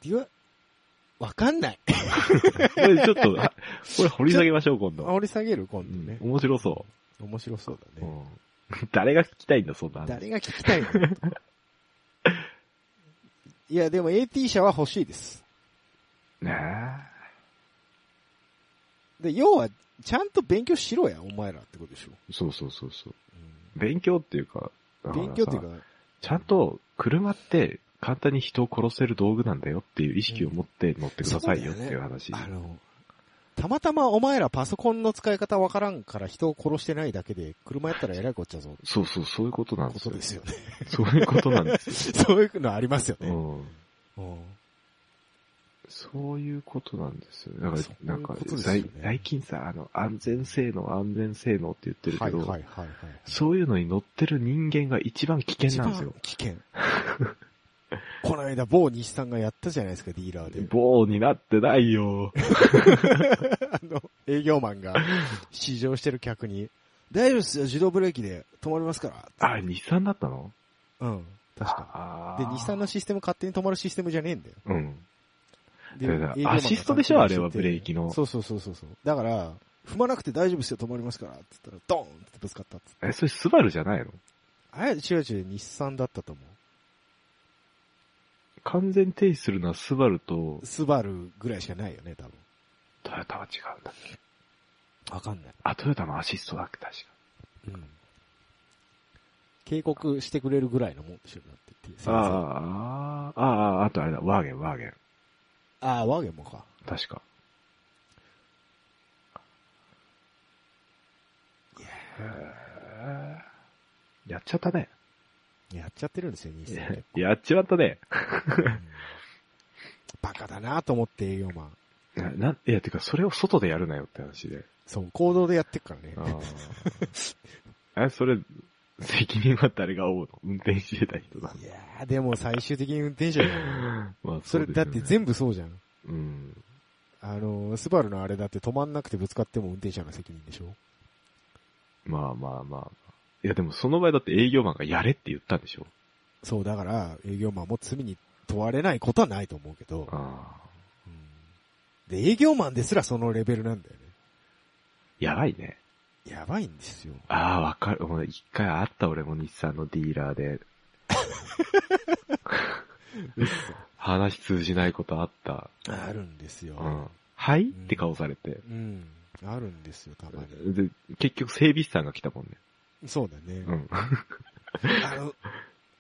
B: デュア、わかんない。
A: これちょっと、あこれ掘り下げましょう、今度。
B: 煽り下げる今
A: う
B: 度
A: ん
B: ね。
A: 面白そ
B: 面白そう
A: う。
B: だね。
A: うん *laughs* 誰が聞きたいんだ、そんな話。
B: 誰が聞きたいのいや、でも AT 社は欲しいです。
A: ね
B: で、要は、ちゃんと勉強しろや、お前らってことでしょ。
A: え。そうそうそうそう。
B: う
A: 勉強っていうか、だ
B: ん
A: からさ
B: 勉強っていうか、
A: ちゃんと、車って、簡単に人を殺せる道具なんだよっていう意識を持って乗ってくださいよっていう話。
B: あの、たまたまお前らパソコンの使い方わからんから人を殺してないだけで、車やったら偉いこっちゃぞって
A: そうそう、そういうことなんで
B: こ
A: す
B: と
A: よ。
B: ですよね。
A: *laughs* そういうことなんです。
B: そういうのありますよ
A: う
B: ね。
A: ん。
B: うん
A: そういうことなんですよ。だから、
B: そういう
A: なん
B: こ
A: か
B: とで、すよね
A: 最最近さ、あの、安全性能、安全性能って言ってる
B: は
A: け
B: いはい
A: ど、
B: はいはい。
A: そういうのに乗ってる人間が一番危険なんですよ
B: 一番。危険。この間某西さんがやったじゃないですか、ディーラーで。
A: 棒になってないよ。
B: あの、営業マンが試乗してる客に、大丈夫ですよ、自動ブレーキで止まりますから。
A: あ、日産だったの
B: うん、確か。
A: か
B: で、日産のシステム勝手に止まるシステムじゃねえんだよ。
A: うん。
B: で
A: だから
B: 営業マンが
A: アシストでしょあれはブレーキの
B: そうそうそうそうそう。だから、踏まなくて大丈夫ですよ、止まりますから。つったら、ドーンってぶつかったっつって。
A: え、それスバルじゃないの
B: あれ、違う違う、日産だったと思
A: 完全停止するのはスバルと
B: う。、スバルぐらいしかないよね、多分。
A: トヨタは違うんだ。
B: わかんない。
A: あ、トヨタのアシストだっけ、確か。
B: うん。警告してくれるぐらいのもんでしょ、だって言って。先生あ
A: ああ、ああ、あとあれだ、ワーゲン、ワーゲン。
B: あ、ワーゲンもか。
A: 確か。へえやっちゃったね。
B: やっちゃってるんですよ、日産結構。
A: *laughs* やっちまったね。
B: うん *laughs* バカだなと思って営業マン。
A: いやなん、いや、てか、それを外でやるなよって話で。
B: そう、行動でやってっからね。
A: ああ。 *laughs* え、それ、責任は誰が負うの運転してた人だ。
B: *laughs* いやー、でも最終的に運転手だよね
A: まあ、
B: そうれ
A: です
B: だ
A: よ
B: っ
A: ね
B: て全部そうじゃん。
A: うん。
B: あのー、スバルのあれだって止まんなくてぶつかっても運転者の責任でしょ
A: まあまあまあ。いや、でもその場合だって営業マンがやれって言ったんでしょ
B: そう、だから営業マンも罪に問われないことはないと思うけど、
A: ああ。
B: うんで、営業マンですらそのレベルなんだよ
A: やばいね。
B: ね。やばいんですよ。
A: ああ、わかる。もう一回あった俺も日産のディーラーで
B: うっそ
A: 話通じないことあった。
B: あるんですよ。
A: うん。はい、
B: ん
A: って顔されて。
B: うん。あるんですよ、たまに。
A: で、結局整備士さんが来たもんね。
B: そうだね。
A: うん。
B: あの、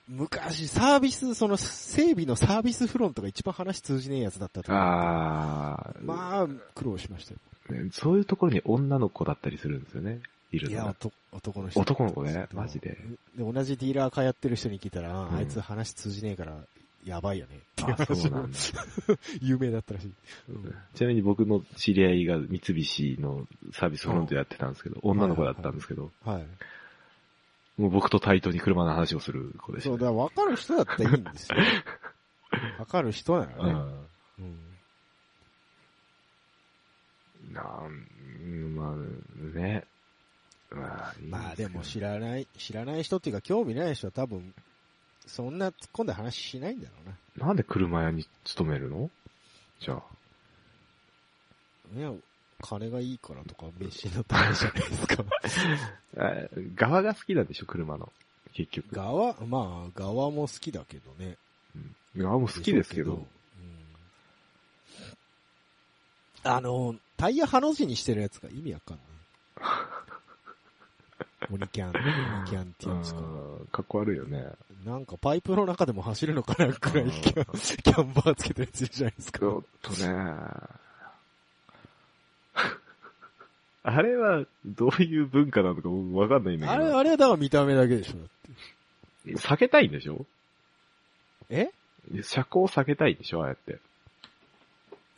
B: 昔、サービス、その、整備のサービスフロントが一番話通じねえやつだったと思う
A: ああ、
B: まあ、苦労しましたよ。
A: ねそういうところに女の子だったりするんですよね。いる
B: い
A: の
B: や、
A: が。
B: 男男の人。
A: 男の子ね
B: そう
A: マジで。
B: で、同じディーラー通ってる人に聞いたら、あ
A: うん
B: あいつ話通じねえから、やばいよね。
A: あそうなんだ。
B: 有名だったらしい。 *laughs* うん
A: ちなみに僕の知り合いが三菱のサービスフロントやってたんですけど、女の子だったんですけど、
B: はい。
A: もう僕と対等に車の話をする子でした
B: そう、
A: ね。
B: だから分かる人だったらいいんです
A: *laughs*
B: よ。分かる人な
A: う
B: らね。
A: ん。
B: うん
A: なん、うんまあ、ね。まあ、いいん
B: まあ
A: すけ
B: で
A: ど
B: も知らない、知らない人っていうか興味ない人は多分、そんな突っ込んだ話しないんだろうな。
A: なんで車屋に勤めるのじゃあ。
B: いや、金がいいからとか、飯のためじゃないです
A: *laughs*
B: か。
A: えー側が好きなんでしょ、車の。結局。
B: 側、まあ、側も好きだけどね。
A: うん側も好きですけ
B: でしょ
A: ど
B: う。けどうんあの、タイヤハの字にしてるやつが意味わか
A: *laughs*
B: んない。オニキャン、オニキャンって
A: う
B: 言うん
A: ん
B: ですか。
A: かっこ悪いよね。
B: なんかパイプの中でも走るのかなくらいキャン、キャンバーつけたやつじゃないです
A: ち
B: か。
A: ょっ
B: *laughs*
A: とね。あれは、どういう文化なのか僕わかんないんだ
B: あ
A: け
B: れ、
A: ど。
B: あれはだから見た目だけでしょ。
A: 避けたいんでしょ
B: え
A: 車高を避けたいんでしょああやって。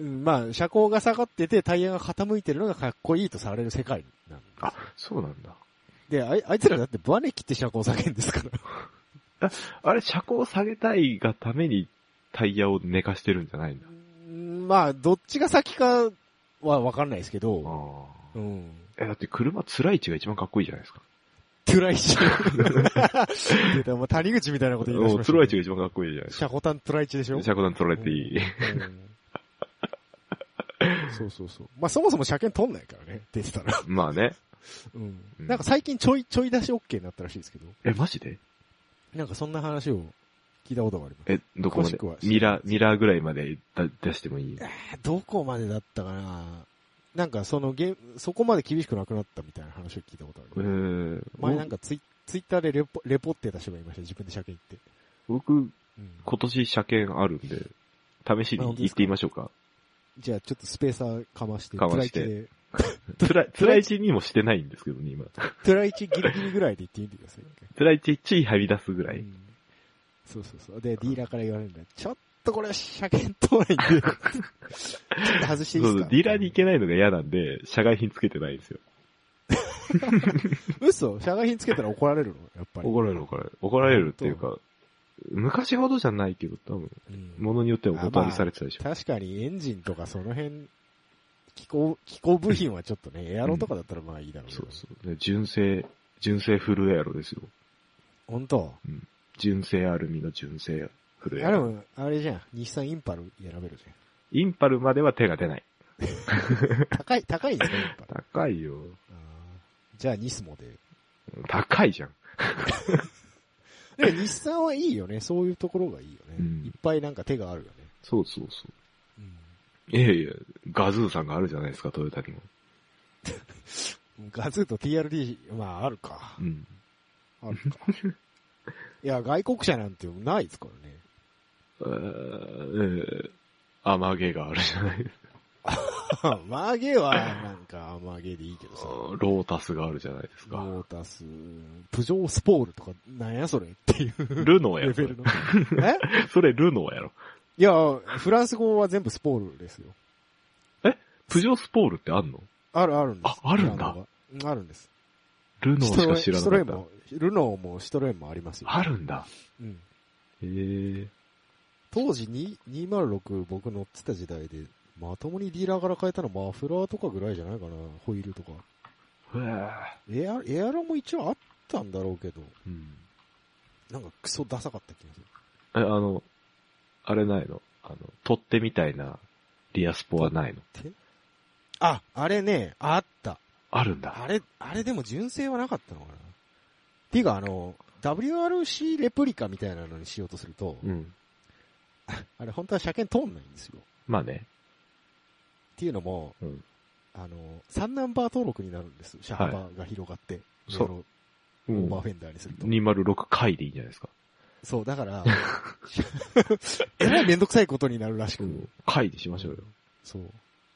B: うんまあ、車高が下がってて、タイヤが傾いてるのがかっこいいとされる世界なんです
A: あ、そうなんだ。
B: で、あいあいつらだってバネ切って車高下げんですから。
A: あれ、車高を下げたいがためにタイヤを寝かしてるんじゃないんだ。
B: うん *laughs* まあ、どっちが先かはわかんないですけ
A: あ
B: ど、
A: あ。
B: うん。
A: え、だって車、辛い位置が一番かっこいいじゃないですか。
B: 辛い *laughs* し。出たもう谷口みたいなこと言い出し
A: も
B: ま
A: う
B: した、
A: 辛い位置が一番かっこいいじゃないです
B: 車高端辛いチでしょ
A: か。車高段取られていい。
B: うんそうそうそう。まあそもそも車検取んないからね、出てたら。
A: *laughs* まあね。
B: うん。
A: うん
B: なんか最近ちょいちょい出し OK になったらしいですけど、
A: え、マジで
B: なんかそんな話を聞いたことがあります。
A: え、どこま
B: 詳
A: で
B: しくは
A: ミラー、ミラーぐらいまでだ出してもいい
B: どこまでだったかななんかそのゲーム、そこまで厳しくなくなったみたいな話を聞いたことあ
A: え
B: る。
A: ー、
B: 前なんかツイツイッターでレポレポって出してもらいました、自分で車検行って。
A: 僕、
B: うん
A: 今年車検あるんで、試し
B: あ本
A: に
B: 当で
A: 行
B: す
A: っ
B: か
A: てみましょうか。
B: じゃあちょっとスペーサーかまして、
A: かま
B: ラ
A: して
B: で、
A: 辛い、辛い位置にもしてないんですけど *laughs* ね、今。
B: トライチギリギリぐらいで行ってみてください。
A: 辛い位置、ちいはみ出すぐら
B: う
A: い。
B: んそうそうそう。で、ディーラーから言われるんだよ。ちょっとこれは車検通らないんで、ちょっと外して
A: そ
B: いういです
A: そう、
B: か
A: ディーラーに行けないのが嫌なんで、社外品つけてないんですよ。
B: 嘘社外品つけたら怒られるのやっぱり。
A: 怒られる、怒られる。怒られるっていうか、昔ほどじゃないけど、多分、ものによってはお断りされてたでしょ。
B: 確かにエンジンとかその辺、機構、機構部品はちょっとね、エアロとかだったらまあいいだろうけ
A: そ
B: ど
A: う。そう。で純正、純正フルエアロですよ。
B: 本当
A: 純正アルミの純正フルエ
B: あ
A: ア
B: れ
A: ロ。
B: も、あれじゃん。日産インパル選べるじ
A: インパルまでは手が出ない。
B: ゃん。高い、高いですね、インパル。
A: 高いよ。
B: あーじゃあニスモで。
A: 高いじゃん。
B: でも日産はいいよね。そういうところがいいよね。
A: うん
B: いっぱいなんか手があるよね。
A: そうそうそう。いやいや、ガズーさんがあるじゃないですか、トヨタにも。
B: ガズーと TRD、まああるか
A: う。ん。
B: あるか。 *laughs* いや、外国車なんてないですからね。
A: えー、アマゲがあるじゃない。
B: *laughs* マーゲはなんかマーゲでいいけどさ。
A: ロータスがあるじゃないですか。
B: ロータス、プジョースポールとか、なんやそれっていう
A: ルノーや
B: レ
A: ろ。
B: ベ
A: それ
B: ルの。 *laughs* え
A: それルノーやろ。
B: いや、フランス語は全部スポールですよ。
A: プジョースポールってあんの
B: あるあるんです。
A: あある
B: ブラン
A: んだ
B: ドが。うんあるんです。
A: ルノーしか知ら
B: シ
A: な
B: トロ
A: か
B: エ
A: っ
B: ン
A: た。
B: も、ルノーもシトロエンもありますよ。
A: あるんだ。
B: うん。
A: へえ。
B: 当時に206僕乗ってた時代で、まともにディーラーから変えたのマフラーとかぐらいじゃないかな、ホイールとか。
A: へえ。
B: エア、エアロも一応あったんだろうけど、
A: うん。
B: なんかクソダサかった気がする。
A: え、あの、あれないのあの、取っ手みたいなリアスポはないの
B: あ、あれね、あった。
A: あるんだ。
B: あれ、あれでも純正はなかったのかな。ていうかあの、WRC レプリカみたいなのにしようとすると、
A: うん。
B: あれ本当は車検通んないんですよ。
A: まあね。
B: っていうのも、
A: うん
B: あの、3ナンバー登録になるんです。車幅が広がって、
A: そう
B: う。
A: う
B: オー
A: ん
B: バー。フェンダーにすると。
A: 206回でいいんじゃないですか。
B: そう、だから、 *laughs* えらいめんどくさいことになるらしく、
A: うん。回でしましょうよ。
B: そう。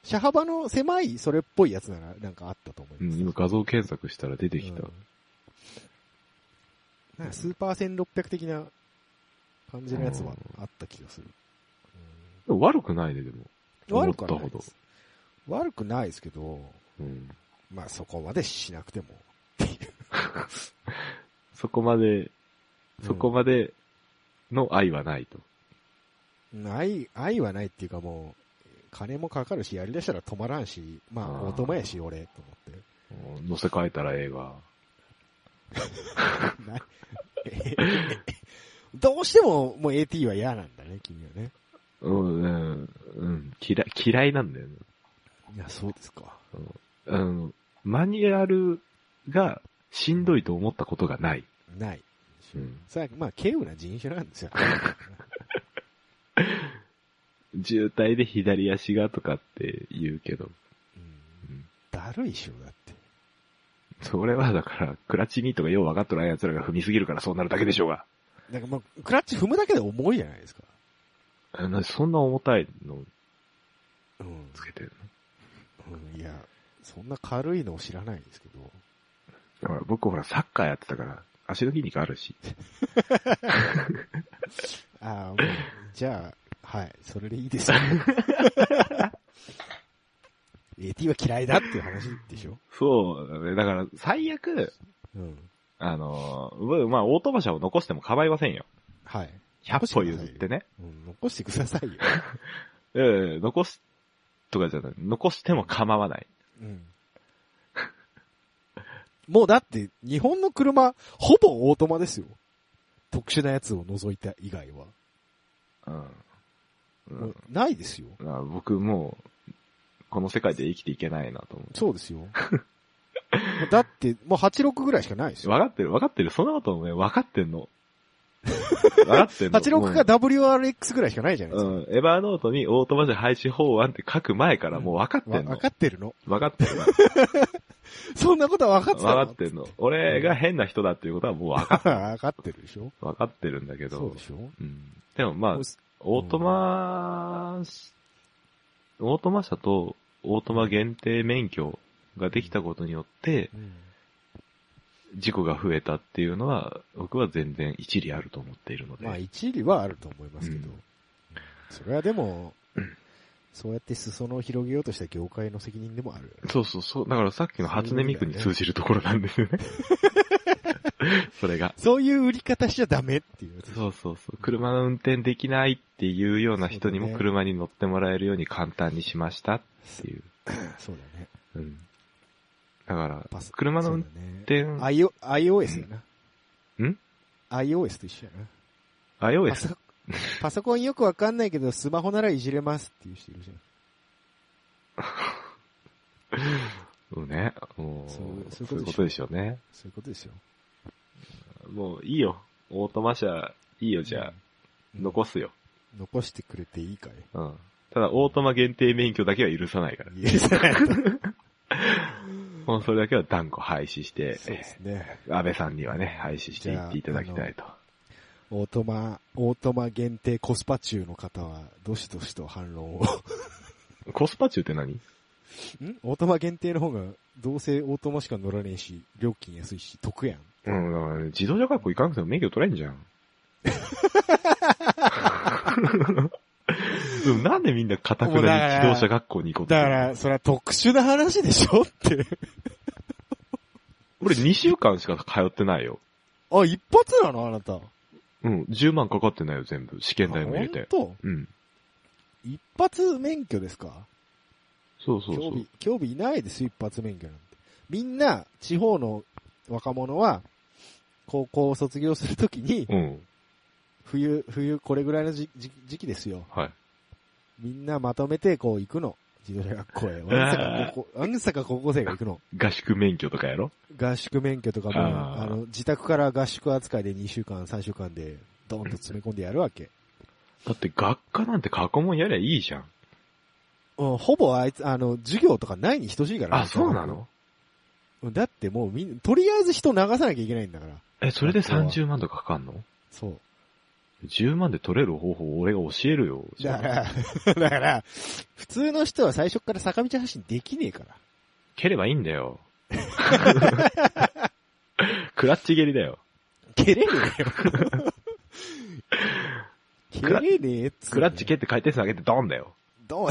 B: 車幅の狭い、それっぽいやつなら、なんかあったと思いうま
A: ん、
B: す。
A: 今画像検索したら出てき
B: う
A: た
B: ん。なんかスーパー1600的な感じのやつはあった気がする。
A: でも悪くないね、でも。
B: うん
A: 思
B: 悪
A: っ
B: く
A: た
B: は
A: ほど
B: ないです。悪くないですけど、
A: うん。
B: まあそこまでしなくても。
A: そこまで、そこまでの愛はないと。
B: うん愛、愛はないっていうかもう、金もかかるし、やりだしたら止まらんし、まあ、
A: あー
B: 乙女やし、俺、と思って。
A: うん乗せ替えたら映画。
B: な *laughs* どうしても、もう AT は嫌なんだね、君はね。
A: うん、うん、うん、嫌い、嫌いなんだよね。
B: いや、そうですか。
A: あの、マニュアルがしんどいと思ったことがない。
B: ない。
A: うん
B: さあ、まあ、軽有な人種なん *laughs* ですよ。
A: 渋滞で左足がとかって言うけど、
B: うん
A: うん
B: だるいっしょ、だって。
A: それはだから、クラッチミートがよう分かっとない奴らが踏みすぎるからそうなるだけでしょうが。
B: なんかもう、クラッチ踏むだけで重いじゃないですか。
A: あなんでそんな重たいの
B: うん。
A: つけてる
B: うん、いや、そんな軽いのを知らないんですけど。
A: のほら僕ほらサッカーやってたから、足の筋肉あるし。
B: ああ、もう、じゃあ、はい、それでいいですよ。AT は嫌いだっていう話でしょ
A: そうだね。だから、最悪、
B: うん。
A: あのー、僕まあ、オートマ車を残しても構いませんよ。
B: はい。
A: 100歩譲ってね。
B: うん、残してくださいよ。
A: うん、残す、とかじゃない。残しても構わない。
B: うん。もうだって、日本の車、ほぼオートマですよ。特殊なやつを除いた以外は。
A: うん。う
B: も
A: ん
B: うないですよ。
A: あ僕もう、この世界で生きていけないなと思
B: そうですよ。
A: *laughs*
B: もうだって、もう86ぐらいしかないです
A: う。
B: よ。
A: 分かってる、分かってる。そんなことね、分かってん
B: *laughs*
A: の。分かってんの。
B: 86が WRX ぐらいしかないじゃないで
A: う
B: す
A: ん
B: か。、
A: うんエヴァーノートにオートマジ廃止法案って書く前からもう分かって
B: わ
A: んの
B: 分。かってるの
A: 分かってるな。
B: そんなことは分かって
A: 分
B: たの
A: かってんの。俺が変な人だっていうことはもう分かっ
B: 分かってるでしょ
A: 分かってるんだけ
B: そう
A: ど
B: で。しょ
A: うん。でもまあ
B: もう、す
A: オートマ、オートマ車とオートマ限定免許ができたことによって、
B: うん
A: 事故が増えたっていうのは、僕は全然一理あると思っているので。
B: まあ一理はあると思いますけど
A: うん。
B: それはでも、そうやって裾野を広げようとした業界の責任でもあるよね。
A: *laughs* そうそうそう。だからさっきの初音ミクに通じるところなんですよね。それが。
B: そういう売り方しちゃダメっていうやつ。
A: そうそうそう。車の運転できないっていうような人に
B: そうだ
A: も
B: ね
A: 車に乗ってもらえるように簡単にしましたっていう。
B: そうだね。
A: うん。だから
B: パス、
A: 車の運
B: 転。
A: 転、
B: IO iOS やな。
A: ん
B: ?iOS と一緒やな。パ
A: iOS?
B: ソパソコンよくわかんないけど、スマホならいじれますっていう人いるじゃん。
A: そうね。もう、
B: そ
A: そう
B: そういうことでしょ
A: ういうことでしょうね。
B: そういうことですよ。
A: もういいよ。オートマ車、いいよ、じゃあ。
B: うん
A: 残すよ。
B: 残してくれていいかい
A: うん。ただ、オートマ限定免許だけは許さ *laughs* ないから。
B: 許さないと。
A: もうそれだけは断固廃止して、
B: そうですね。
A: 安倍さんにはね、廃止していっていただきたいと。
B: オートマ、オートマ限定コスパ中の方は、どしどしと反 *laughs* 論を。
A: コスパ中って何
B: んオートマ限定の方が、どうせオートマしか乗らねえし、料金安いし、得やん。
A: うん、だからね自動車学校行かなくても免許取れん *laughs* じゃん。でもなんでみんなかたく
B: もうだか
A: なに
B: ら
A: 自動車学校に行こうと
B: だ
A: す
B: か
A: るの
B: ら、それは特殊な話でしょって。
A: 俺2週間しか通ってないよ。
B: *laughs* あ、一発なのあなた。
A: うん、10万かかってないよ、全部。試験代も入れて。
B: あほんと
A: うん。
B: 一発免許ですか
A: そうそうそ
B: 興
A: う
B: 味。、興味いないですよ、一発免許なんて。みんな、地方の若者は、高校を卒業するときに、
A: うん。
B: 冬、冬これぐらいの時時時期ですよ。
A: はい。
B: みんなまとめてこう行くの。自動車学校へ。わんさか高校、わんさか高校生が行くの。
A: 合宿免許とかやろ
B: 合宿免許とかも、
A: あ
B: あ
A: ー
B: の、自宅から合宿扱いで2週間、3週間で、ドーンと詰め込んでやるわけ。
A: だって学科なんて過去問やりゃいいじゃん。
B: うん、ほぼあいつ、あの、授業とかないに等しいから。
A: あ、そうなの
B: うんだってもうみん、とりあえず人流さなきゃいけないんだから。
A: え、それで
B: 学校は
A: 30万とかかかんの
B: そう。
A: 10万で取れる方法俺が教えるよ。
B: だから、だから、普通の人は最初から坂道発進できねえから。
A: 蹴ればいいん
B: *laughs*
A: だよ。クラッチ蹴りだよ。
B: 蹴れねえよ。蹴
A: クラ
B: れねえっつうの
A: クラッチ蹴って回転数上げてドンだよ。
B: どう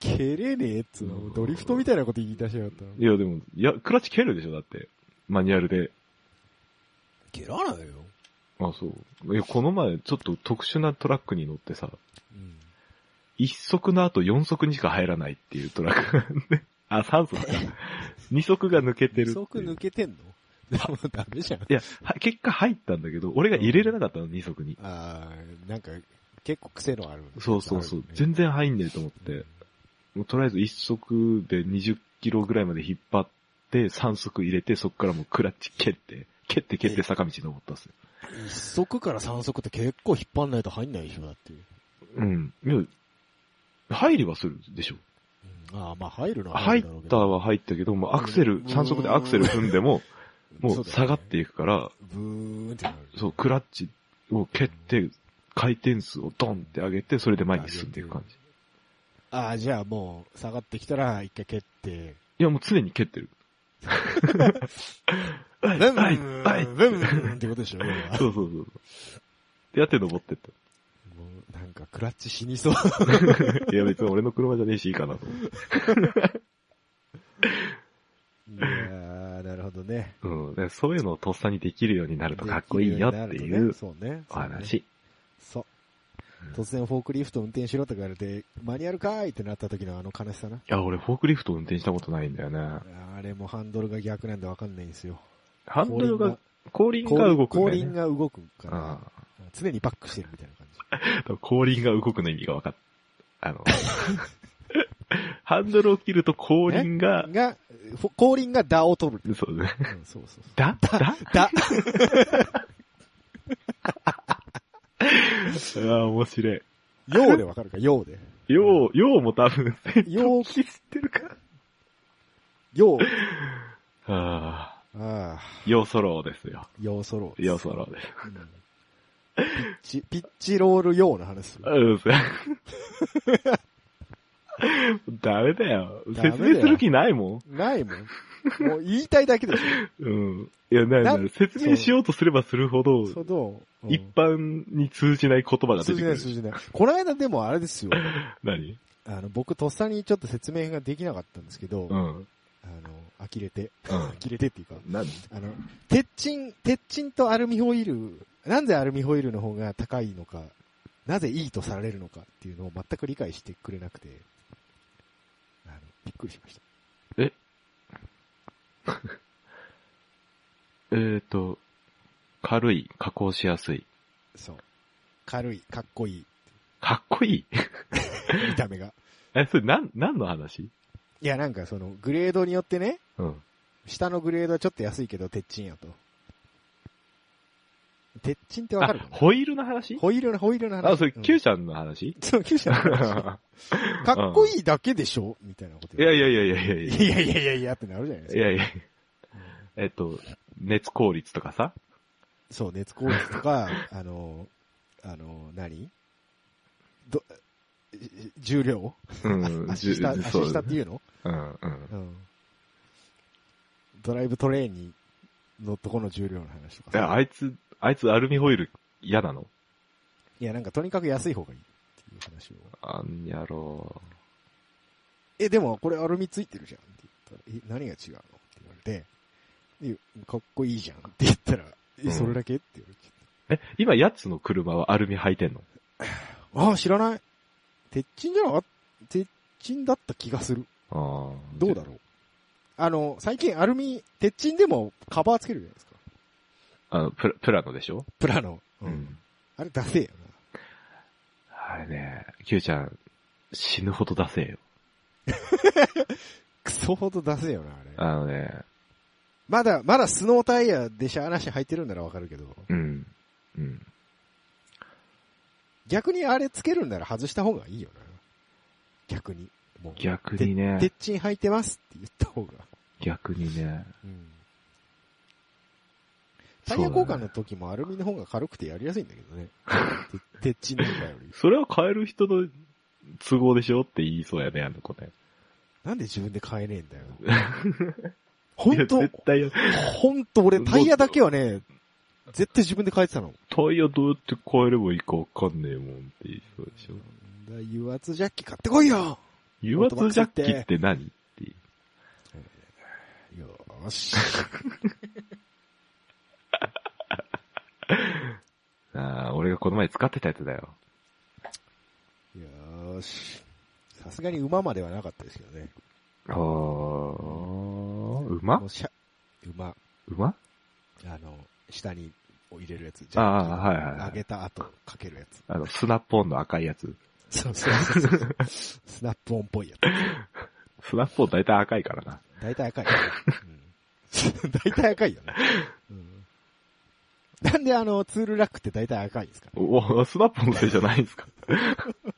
B: 蹴れねえっつうの。ドリフトみたいなこと言い出しやがったの。
A: いやでも、いや、クラッチ蹴るでしょだって。マニュアルで。
B: 蹴らないよ。
A: あ、そう。いや、この前ちょっと特殊なトラックに乗ってさ、
B: うん。
A: 一足の後四足にしか入らないっていうトラックがあ
B: *laughs*
A: って。あ、三足か。二足が抜けてるっていう。
B: 二足抜けてんのでもダメじゃん。
A: いや、は結果入ったんだけど、俺が入れれなかったの、二足に。
B: あー、なんか、結構癖のある。
A: そうそうそう。
B: あるよね
A: 全然入んねえと思って。もうとりあえず一足で20キロぐらいまで引っ張って、三足入れて、そこからもうクラッチ蹴って、蹴って蹴って坂道登ったっすよ。
B: 一足から三足って結構引っ張んないと入んないでしょ、だって。
A: うん。いや、入りはするでしょ。
B: うんああ、まあ入るのは
A: 入
B: るんだろう
A: っ
B: け
A: た
B: ど
A: は入ったけど、もうアクセル
B: う、ん
A: 三足でアクセル踏んでも、もう下がっ。
B: そだよね
A: ていくから、
B: ブーンってなる。
A: そう、クラッチを蹴って、回転数をドンって上げて、それで前に進んでいく感じ。
B: ああ、じゃあもう、下がってきたら、一回蹴って、
A: いや、もう常に
B: *laughs*
A: 蹴ってる。はい、
B: ブン
A: はい、はい。
B: ブンブンってことでしょ、要は
A: そうそうそう。でやって登ってった。
B: もうなんかクラッチ死にそう。
A: いや別に俺の車じゃねえしいいかなと思って。
B: いやー、なるほどね。
A: うん。でそういうのをとっさにできるようになるとかっこいいよって
B: できる
A: い
B: よになる
A: う
B: とねそうね。
A: お話。
B: そう。
A: うん
B: 突然フォークリフト運転しろとか言われて、マニュアルかーいってなった時のあの悲しさな。
A: いや、俺フォークリフト運転したことないんだよね。
B: あれもハンドルが逆なんでわかんないんですよ。
A: ハンドルが、後輪
B: 後
A: が
B: 輪
A: 動くん
B: 後
A: だよ
B: 輪
A: ね。
B: が動くから、
A: ああ
B: 常にバックしてるみたいな感じ。
A: 多分後輪が動くの意味が分かっあの、 *laughs* ハンドルを切ると後輪が、
B: が、フォ後輪がダを取
A: *laughs*
B: る。
A: そうね。
B: うん、そうそうそう。
A: だだ
B: ダ
A: ああ、面白
B: よ
A: い。
B: うでわかるか、ようで。
A: よう、ようも多分、
B: よ
A: *laughs*
B: う
A: 切ってるか
B: よう。
A: ら。ああ、
B: ああ、
A: ようソロですよ。
B: ようソロ。
A: ようソロです。
B: うん。ピッチ、ピッチロールようの話する。
A: うん、 *laughs* そうダメだよ。
B: ダメだよ
A: 説明する気ないも
B: ないもん。もう言いたいだけでし
A: ん。うん。いや、な
B: な
A: に説明しようとすればするほど
B: ょ。、そうどう、うん
A: 一般に通じない言葉が出
B: 通
A: て
B: じ
A: く
B: な
A: る
B: い。通じない。この間でもあれですよ。
A: 何
B: あの、僕とっさにちょっと説明ができなかったんですけど、
A: うん。
B: あの、呆れて。
A: うん。
B: 呆れてっていうか、
A: 何
B: あの、鉄鎮、鉄鎮とアルミホイル、なんでアルミホイルの方が高いのか、なぜいいとされるのかっていうのを全く理解してくれなくて、あの、びっくりしました。
A: えーと、軽い、加工しやすい。
B: そう。軽い、かっこいい、
A: かっこいい *laughs*
B: 見た目が。
A: え、それ、なん、何の話
B: いや、なんかその、グレードによってね、
A: うん。
B: 下のグレードはちょっと安いけど、鉄鎮やと。鉄鎮ってわか
A: あ
B: るか、な
A: ホイールの話
B: ホイールの、ホイールの話。
A: あ、それ、
B: うん
A: キューちゃんの話、
B: そう、旧社の
A: *laughs*
B: 話。かっこいいだけでしょみたいなこと
A: い
B: 言
A: や
B: われ
A: い
B: て。い
A: やいやいやいやいや。
B: やいやいやいやってなるじゃないです
A: い
B: か。
A: やいや。えっと、熱効率とかさ。
B: そう、熱効率とか、 *laughs* あの、あの、何ど、重量
A: うん。
B: 足下、
A: じゅ
B: 足
A: そう
B: 下っていうの
A: うんうん。
B: うん。ドライブトレーンに、のとこの重量の話とか
A: いや、
B: さ。
A: あいつ、あいつアルミホイル嫌なの
B: いや、なんかとにかく安い方がいいっていう話を。
A: あんやろ
B: え、でもこれアルミついてるじゃんって言ったら、え、何が違うのって言われて、でかっこいいじゃんって言ったら、
A: う
B: え、
A: ん
B: それだけって言われて。
A: う。え、今、やつの車はアルミ履いてんの
B: ああ、知らない。鉄鎮じゃなかった、鉄鎮だった気がする。
A: ああ。
B: どうだろう。あの、最近アルミ、鉄鎮でもカバーつけるじゃないですか。
A: あのプラ、プラノでしょ
B: プラの。うん。あれ出せえよ
A: あれね、キューちゃん、死ぬほど出せよ。
B: な。クソほど出せえよな、あれ。
A: あのね、
B: まだ、まだスノータイヤでシャーなし履いてるんならわかるけど、
A: うん。うん。
B: 逆にあれつけるんなら外した方がいいよな。逆に。もう。
A: 逆にね
B: 鉄、鎮履いてますって言った方が。
A: 逆にね、
B: うん。タイヤ交換の時もアルミの方が軽くてやりやすいんだけどね。鉄鉄鎮なんかより。
A: それは変える人の都合でしょって言いそうやね、あの子ね。
B: なんで自分で買えねえん
A: *laughs*
B: だよ。ほんと
A: いや、絶対や、
B: ほんと俺タイヤだけはね、絶対自分で変えてたの。
A: タイヤどうやって変えればいいかわかんねえもんって言いそうでしょ。
B: だ油圧ジャッキ買ってこいよ
A: 油圧ジャッキって何っていう。
B: よーし。
A: ああ、俺がこの前使ってたやつだよ。
B: よーし。さすがに馬まではなかったですけどね。
A: ああ、馬
B: もうしゃ馬、
A: 馬
B: あの、下に入れるやつ。
A: ああ、はいはいは
B: 上げ
A: い。
B: た後かけるやつ。
A: あの、スナップオンの赤いやつ。
B: そうそうそうそう。 *laughs* スナップオンっぽいやつ。
A: スナップオン大体赤いからな。
B: 大体赤いよね。うん大体赤いよね。うんなんであの、ツールラックって大体赤いんですかね
A: お、おスナップオンのせいじゃないんです *laughs* か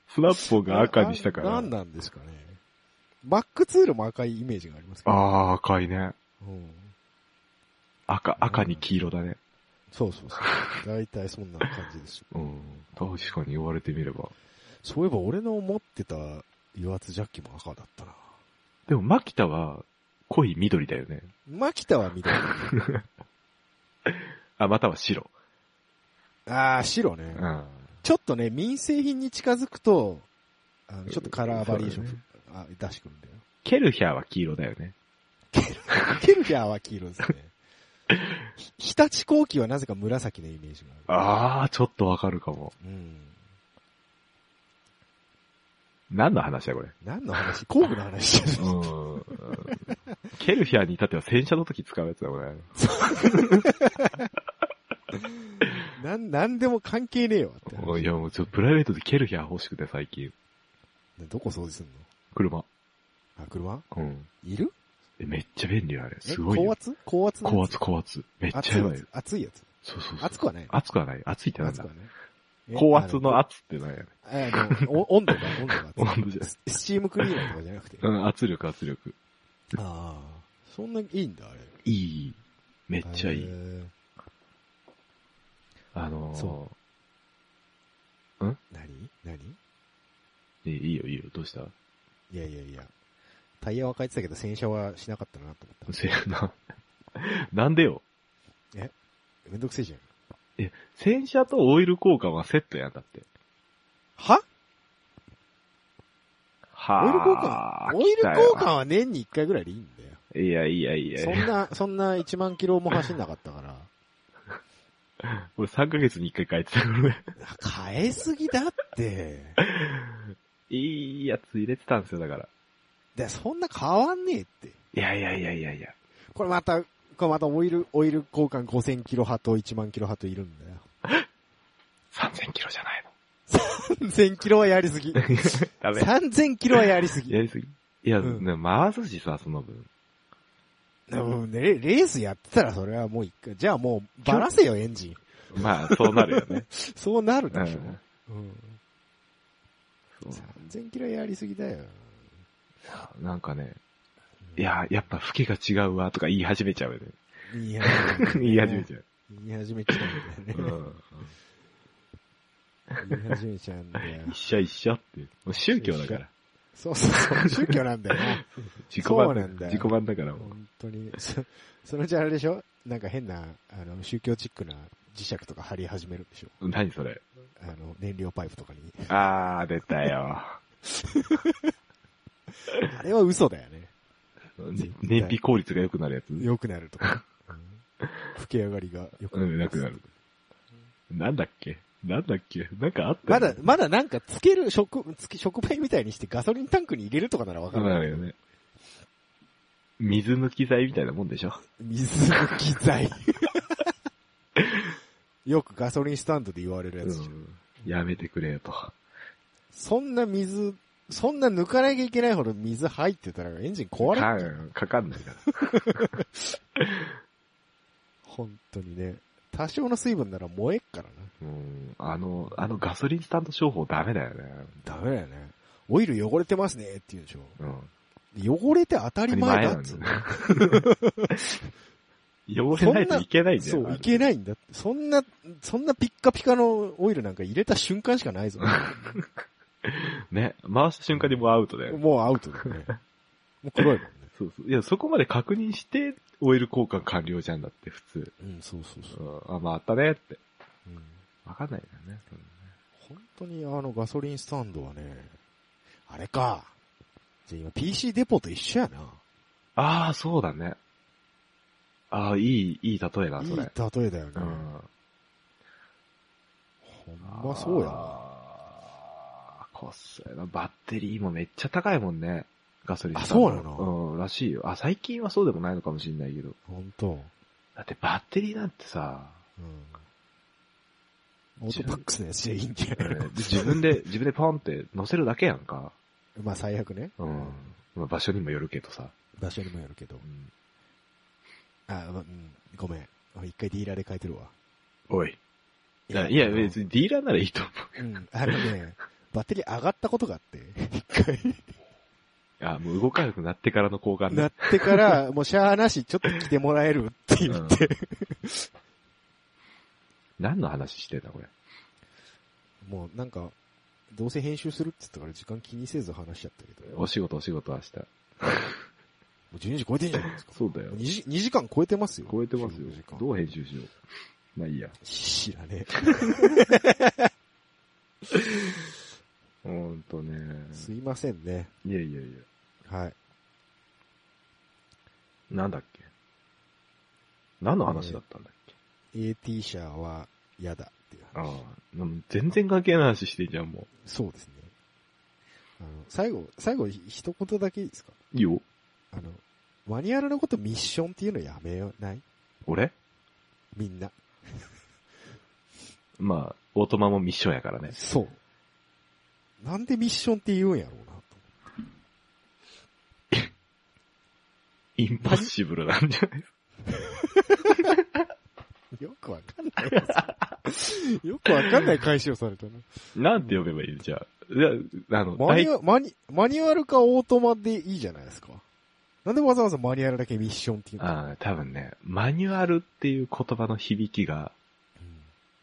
A: スナップオンが赤にしたから。
B: ななんなんですかね。バックツールも赤いイメージがありますけ
A: あ
B: ど。
A: あ、赤いね。
B: うん
A: 赤、赤に黄色だね。
B: そうそうそう。大体そんな感じですよ。
A: うん。確かに言われてみれば。
B: そういえば俺の持ってた油圧ジャッキも赤だったな。
A: でも、マキタは濃い緑だよね。
B: マキタは緑。
A: あ、または白。
B: ああ、白ね
A: う。ん。
B: ちょっとね、民生品に近づくと、あのちょっとカラーバリエーション、
A: そう
B: あ出してくるんだよ。
A: ケルヒャーは黄色だよね。
B: ケルヒャーは黄色ですね。ひ日立後期はなぜか紫のイメージがあ
A: ああ、ちょっとわかるかも。
B: る。うん。
A: 何の話だ、これ。
B: 何の話工具の話 *laughs* してる
A: うん。ケルヒャーに至っては戦車の時使うやつだもんね。
B: なん、なんでも関係ねえわって話。
A: いや、もうちょっとプライベートでケルヒャー欲しくて最近。
B: どこ掃除すんの
A: 車。
B: あ、車
A: うん。
B: いる
A: えめっちゃ便利よ、あれ。
B: え
A: すごい
B: 高
A: よ。
B: 圧高圧の
A: 高
B: やつ
A: 圧、高圧。めっちゃやばいよ。
B: 熱いやつ。
A: そうそうそう。
B: 熱くはないの
A: 熱くはない。熱いってなん
B: 熱
A: だ
B: くはない。え
A: 高圧の
B: あ
A: 圧ってなんやね。
B: の、あのお温度が、温度が熱い。
A: *laughs* 温度じゃない
B: ススチームクリーナーとかじゃなくて。
A: う
B: あ
A: ん、圧力、圧力。
B: あ。そんな、いいんだ、あれ。
A: いい。めっちゃい
B: へ
A: い。
B: ー
A: あのー、
B: そ
A: そ
B: 何何
A: う。いいよ、いいよ。どうした *laughs*
B: いやいやいや。タイヤは変えてたけど、洗車はしなかったなと思っ
A: せやな。なんでよ。
B: た。めんどくせえじゃん。
A: 洗車とオイル交換はセットやんだって。
B: は
A: は
B: オイル交換
A: あ
B: オイル交換は年に一回ぐらいでいいんだよ。
A: いやいやいやい
B: そん
A: や。
B: な、そんな1万キロも走んなかったから。
A: 俺3ヶ月に1回帰ってたからね。 *laughs*
B: 変えすぎだって。
A: いいやつ入れてたんですよ、だから。
B: で、そんな変わんねえって。
A: いやいやいやいやいや。
B: これまた、これまたオイル、オイル交換5000キロ派と1万キロ派といるんだよ。
A: 3000キロじゃないの。
B: 1000キロはやりすぎ。
A: ダメ。
B: 3000キロはやりすぎ。
A: やりすぎいや、
B: うん
A: ね回すしさ、その分。
B: でもねレレースやってたらそれはもう一回。じゃあもう、ばらせよ、エンジン。
A: まあ、そうなるよ *laughs* ね。
B: そうなる
A: う
B: でしょ。
A: ん。
B: うん。
A: そ
B: 3000キロやりすぎだよ。
A: うなんかね、い、や、やっぱ吹きが違うわ、とか言い始めちゃうよね。
B: いや、
A: *laughs* 言い始めちゃう。
B: 言い始めちゃうんだ
A: う
B: よね。
A: ん。
B: 言い始めちゃうんだよ。
A: 一緒一緒って。もう宗教だから。
B: そうそうそう、宗教なんだよな。
A: 自己
B: そう
A: 版
B: なんだよ
A: 自己版だからもう。
B: 本当に。そ、そのうちあれでしょなんか変な、あの、宗教チックな磁石とか貼り始めるでしょ
A: 何それ。
B: あの、燃料パイプ
A: *laughs*
B: とかに。
A: あー、出たよ。
B: あれは嘘だよね。
A: ね燃費効率が良くなるやつ。
B: 良くなるとか。うん吹き上がりが良くな
A: う
B: る。
A: ん、なくなる。なんだっけなんだっけなんかあった
B: ま
A: よ
B: だ、まだなんかつける、食、つけ、食米みたいにしてガソリンタンクに入れるとかならわか
A: そう
B: る。
A: なるよね。水抜き剤みたいなもんでしょ
B: 水抜き *laughs* 剤。よくガソリンスタンドで言われるやつじゃん。
A: やめてくれよと。
B: そんな水、そんな抜かなきゃいけないほど水入ってたらエンジン壊れる。
A: かん、かかんないから。
B: 本当にね。多少の水分なら燃えっからな。
A: うん、あの、あのガソリンスタンド商法ダメだよね。
B: ダメだよね。オイル汚れてますねって言うでしょ。
A: うん。
B: 汚れて当たり前だっつ
A: 当
B: う
A: た
B: の
A: り *laughs* 汚れないといけないんだ
B: そ
A: よ。
B: う、いけないんだって。そんな、そんなピッカピカのオイルなんか入れた瞬間しかないぞ。
A: ね、回した瞬間にもうアウトだよ。
B: もうアウトだよね。もう黒いもんね。
A: そうそう。いや、そこまで確認して、オイル交換完了じゃんだって、普通。
B: うん、そうそうそうう。
A: ん、あ、まあ、あったねって。
B: うん
A: わかんないよね。そ
B: 本当にあのガソリンスタンドはね、あれか。じゃあ今 PC デポと一緒やな。
A: ああ、そうだね。ああ、いい、いい例えだ、
B: いい
A: それ。
B: 例えだよね。
A: う
B: ほ
A: ん。
B: んまそうやな。
A: あーこっそりな。バッテリーもめっちゃ高いもんね。ガソリン
B: あ
A: スタンド
B: そうなの
A: うん、らしいよ。あ、最近はそうでもないのかもしれないけど。
B: 本当。
A: だってバッテリーなんてさ、
B: うん。オートパックスのやつでいいんじゃ
A: え
B: ないの
A: ー自
B: *laughs*
A: 分で、自分でポンって乗せるだけやんか。
B: まあ最悪ね。
A: うん。まあ場所にもよるけどさ。
B: 場所にもやるけど
A: う。ん
B: あ、まうん、ごめん。俺一回ディーラーで変えてるわ。
A: おい。いや、いや別
B: に。
A: にディーラーならいいと思
B: うん、あのね、バッテリー上がったことがあって、一回。
A: う。あ、もう動かなくなってからの交換ね
B: なってから、もうシャーなし、ちょっと来てもらえるって言って、
A: 何の話してんだ、これ。
B: もうなんか、どうせ編集するって言ったから時間気にせず話しちゃったけど、も
A: お仕事、お仕事、明日。
B: う12時超えてんじゃないですか。
A: そうだよ
B: もう。2, 時2時間超えてますよ。
A: 超えてますよ
B: 収録時。間
A: どう編集しよう。まあいいや。
B: 知らね
A: ほんとね
B: え。。すいませんね。
A: いやいやいや。
B: はい。
A: なんだっけ何の話だったんだっけ、
B: AT 社は嫌だっていう話。
A: ああ、でも全然関係ない話していいじゃん、も
B: そうですね。あの、最後、最後ひ一言だけいいですか
A: う。いいよ。
B: あの、マニュアルのことミッションっていうのやめようない
A: 俺
B: みんな。
A: まあ、オートマもミッションやからね。
B: そう。なんでミッションって言うんやろうなと。
A: *laughs* インパッシブルなんじゃない
B: *laughs* よくわかんないやつ。よくわかんない返しをされたな。
A: *laughs* なんて呼べばいいじゃあ。いや、あの、
B: マニ
A: 大
B: ュアマニマニュアルかオートマでいいじゃないですか。なんでわざわざマニュアルだけミッションっていうの、
A: ああ、多分ね、マニュアルっていう言葉の響きが
B: うん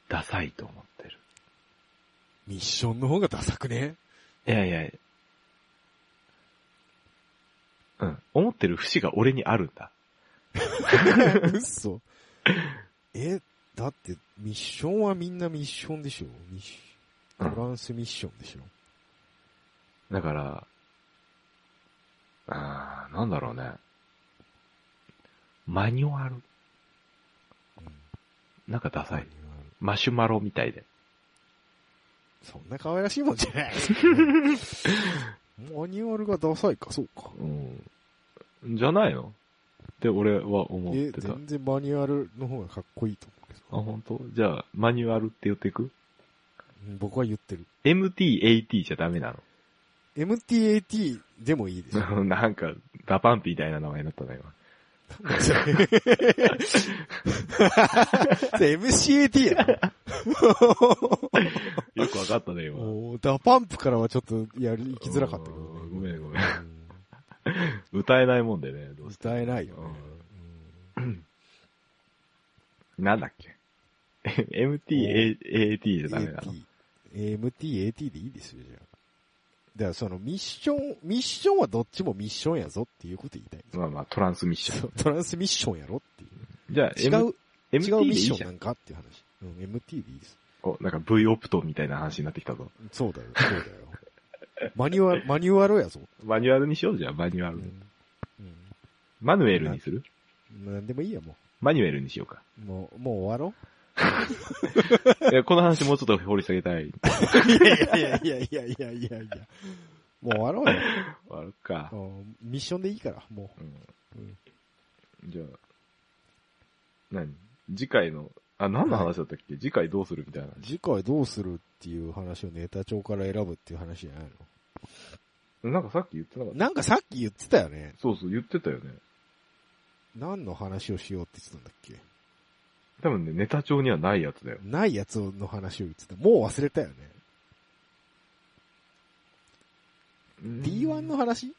A: ダサいと思ってる。
B: ミッションの方がダサく
A: *laughs*
B: ね
A: いやいや。うん。思ってる節が俺にあるんだ。
B: 嘘。え、だって、ミッションはみんなミッションでしょミッシ
A: う
B: ト
A: ん
B: ランスミッションでしょ、
A: だから、あーなんだろうね。マニュアル。なんかダサい。マシュマロみたいで。
B: そんな可愛らしいもんじゃ
A: *laughs*
B: ない。マニュアルがダサいか、そうか。
A: うん。じゃないのって俺は思っ
B: え、
A: てた。あ、
B: 全然マニュアルの方がかっこいいと思う
A: 本当？じゃあ、マニュアルって言ってい
B: け
A: く
B: ど。うん僕は言ってる。
A: ?MT-AT じゃダメな
B: MTAT でもいいです。
A: の。 *laughs* なんか、ダパンピみたいな名前になったな、今。
B: *laughs* それ MCAT やな。
A: よくわかったね、今。
B: おーダパンプからはちょっとやり、行きづらかったけどね
A: うん。ごめんごめん歌えないもんでね、ど
B: うん
A: うして
B: 歌えないよね。
A: なんだっけ ?MT-AT じゃダメなの。
B: AT。MT、AT でいいですよ、じゃあ。だからそのミッション、ミッションはどっちもミッションやぞっていうこと言いたい。
A: まあまあ、トランスミッショ
B: そ
A: ン。
B: うトランスミッションやろっていう。
A: じゃあ、
B: 違
A: M-
B: う、違
A: MT で
B: う
A: い
B: ミ
A: い
B: ッション
A: じゃ。
B: なんんかっていう話。うん、MT でいいです。
A: お、なんか V オプトみたいな話になってきたぞ。
B: そうだよ、そうだよ。マニュアル、マニュアルやぞ。
A: マニュアルにしようじゃん、マニュア
B: う
A: ル。
B: ん。
A: マヌエルにする
B: うん。なんでもいいや、も
A: マニュエルにしよう *laughs* か。
B: う。もう、もう終わろ
A: いやこの話もうちょっと掘り下げたい。
B: う。いやいやいやいやいやいやいや。もう終わろうよ。
A: あるか
B: う。んミッションでいいから、も
A: うん。じゃあ、何次回の、あ、何の話だったっけ次回どうするみたいな
B: う。次回どうするっていう話をネタ帳から選ぶっていう話じゃないの
A: なんかさっき言ってなかった。
B: なんかさっき言ってたよね。
A: そうそう、言ってたよね。
B: 何の話をしようって言ってたんだっけ
A: 多分ね、ネタ帳にはないやつだよ。
B: ないやつの話を言ってた。もう忘れたよね。D1 の話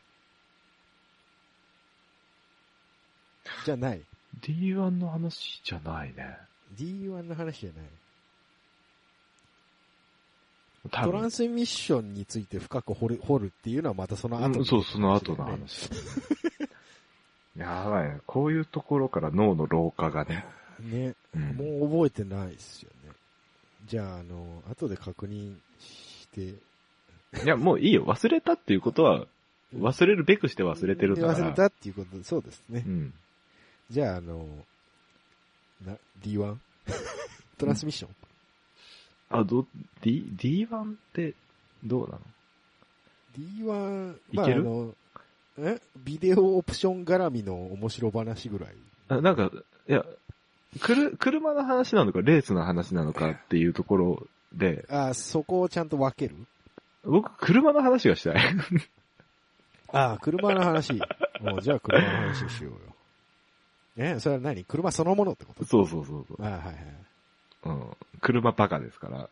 B: じゃない。
A: D1 の話じゃないね。
B: D1 の話じゃない。
A: 多
B: トラ
A: 分
B: ンスミッションについて深く掘る掘るっていうのはまたその後、
A: うんそう、その後の。話。 *laughs* やばいね。こういうところから脳の老化がね。
B: ね。
A: うん
B: もう覚えてないですよね。じゃあ、あの、後で確認して。
A: いや、もういいよ。忘れたっていうことは、忘れるべくして忘れてるんだから。
B: 忘れたっていうこと、そうですね
A: う。ん。
B: じゃあ、あの、な、D1?
A: *laughs*
B: トランスミッション、
A: あ、ど、D、D1 って、どうなの
B: D1、まあ、
A: い
B: あ
A: ける
B: の、えビデオオプション絡みの面白話ぐらい。
A: あなんか、いや、くる、車の話なのか、レースの話なのかっていうところで、
B: あ、そこをちゃんと分ける
A: 僕、車の話がしたい。 *laughs*
B: ああ、車の話。もうじゃあ車の話しよう
A: *laughs*
B: よ。え、それは何車そのものってこと
A: そうそうそうそ
B: ああ、はいはい。
A: う。うん。車バカですから。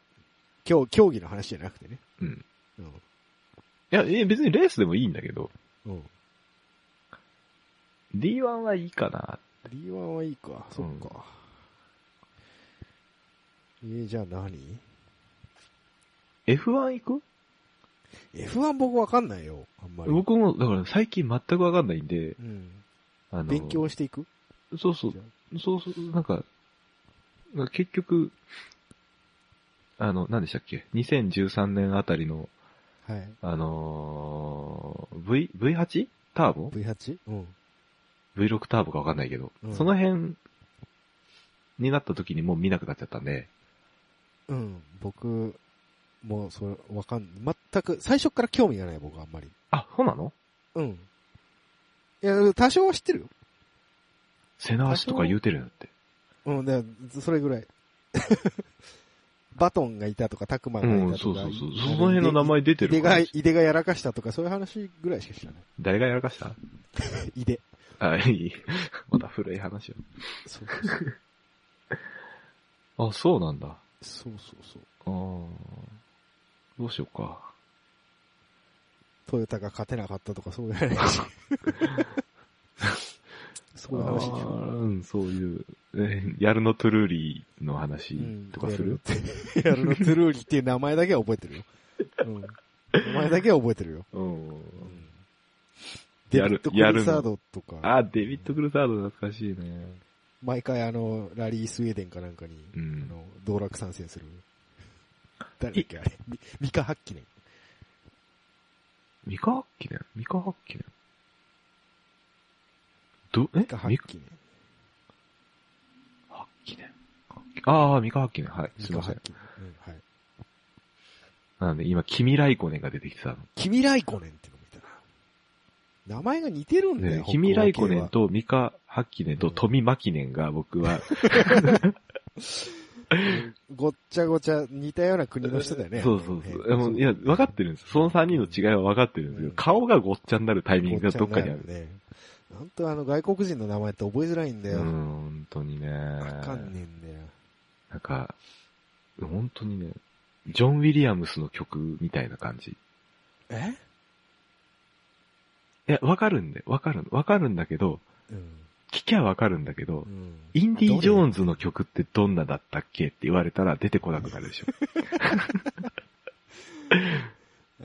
B: 競競技の話じゃなくてね。
A: うん。
B: うん。
A: いや、え別にレースでもいいんだけど、
B: うん。
A: D1 はいいかな。
B: D1 はいいか。そっか。えー、じゃあ何
A: F1 行く
B: ?F1 僕わかんないよ。あんまり。
A: 僕も、だから最近全くわかんないんで、
B: うん。
A: あの、
B: 勉強していく
A: そうそう
B: じゃあ。
A: そうそう、なんか、結局、あの、何でしたっけ ?2013 年あたりの、
B: はい。
A: あのー V、V8? ターボ
B: V8? うん。
A: ?V6 ターボかわかんないけど、
B: うん
A: その辺になった時にもう見なくなっちゃったんで、
B: うん。僕、もうそれわかん、全く、最初から興味がない僕あんまり。
A: あ、そうなの
B: うん。いや、多少は知ってるよ。
A: 背直しとか言うてるんだって。
B: うん、だからそれぐらい。 *laughs* バトンがいたとか、タクマがいたとか。
A: うんそうそうそうその辺の名前出てる
B: いでが、
A: 感
B: い
A: じ
B: でがやらかしたとか、そういう話ぐらいしか知らない。
A: 誰がやらかした
B: いで。
A: あ、いい。 *laughs* また古い話
B: そうそうそう。
A: を。あ、そうなんだ。
B: そうそうそう。
A: あーどうしようか。
B: トヨタが勝てなかったとか、そういう話。そういう話でし
A: あ
B: ょ。
A: ーうん、そういう、え *laughs* やるのトゥルーリーの話
B: うん
A: とかする、
B: やるのトゥルーリっていう名前だけは覚えてるよ。うん。名前だけは覚えてるよ。
A: うん、
B: うん。デ
A: や
B: ビッ
A: る
B: ド・ク
A: やる
B: ルサードとか、
A: あ、デビッド・クルサード懐かしいね。
B: 毎回あの、ラリー・スウェーデンかなんかに、
A: う
B: あ
A: ん。
B: の、道楽参戦する。誰だっけあれ。みミカ・ハッキネン。
A: ミカハッキネンミカハッキネンど、え
B: ミカ・ハッ
A: ミ
B: キネン。
A: ああ、三河記念、はい。すいま
B: は
A: せ
B: い
A: ん。。なんで、今、君来湖年が出てきてたの。
B: 君ライコネンってのもいたな。名前が似てるんだよ
A: ね、。君来湖年
B: と。
A: と三河記念と富巻年が僕は、
B: ごっちゃごちゃ似たような国の人だよね。
A: そうそうそう。でもいや、分かってるんです。その三人の違いは分かってるんですけ
B: うん
A: ど、顔がごっちゃになるタイ
B: る
A: ミングがどっかにある。
B: ね。なんとあの外国人の名前って覚えづらいんだ
A: う
B: よ。
A: ん、
B: わ
A: 本当にね。
B: かんねえんだよ。
A: なんか、本当にね、ジョン・ウィリアムスの曲みたいな感じ。い
B: え
A: や、わかるんで、わかる、わかるんだけど、
B: うん。
A: 聞きゃわかるんだけど
B: う、ん
A: インディ・ジョーンズの曲ってどんなだったっけって言われたら出てこなくなるでしょ。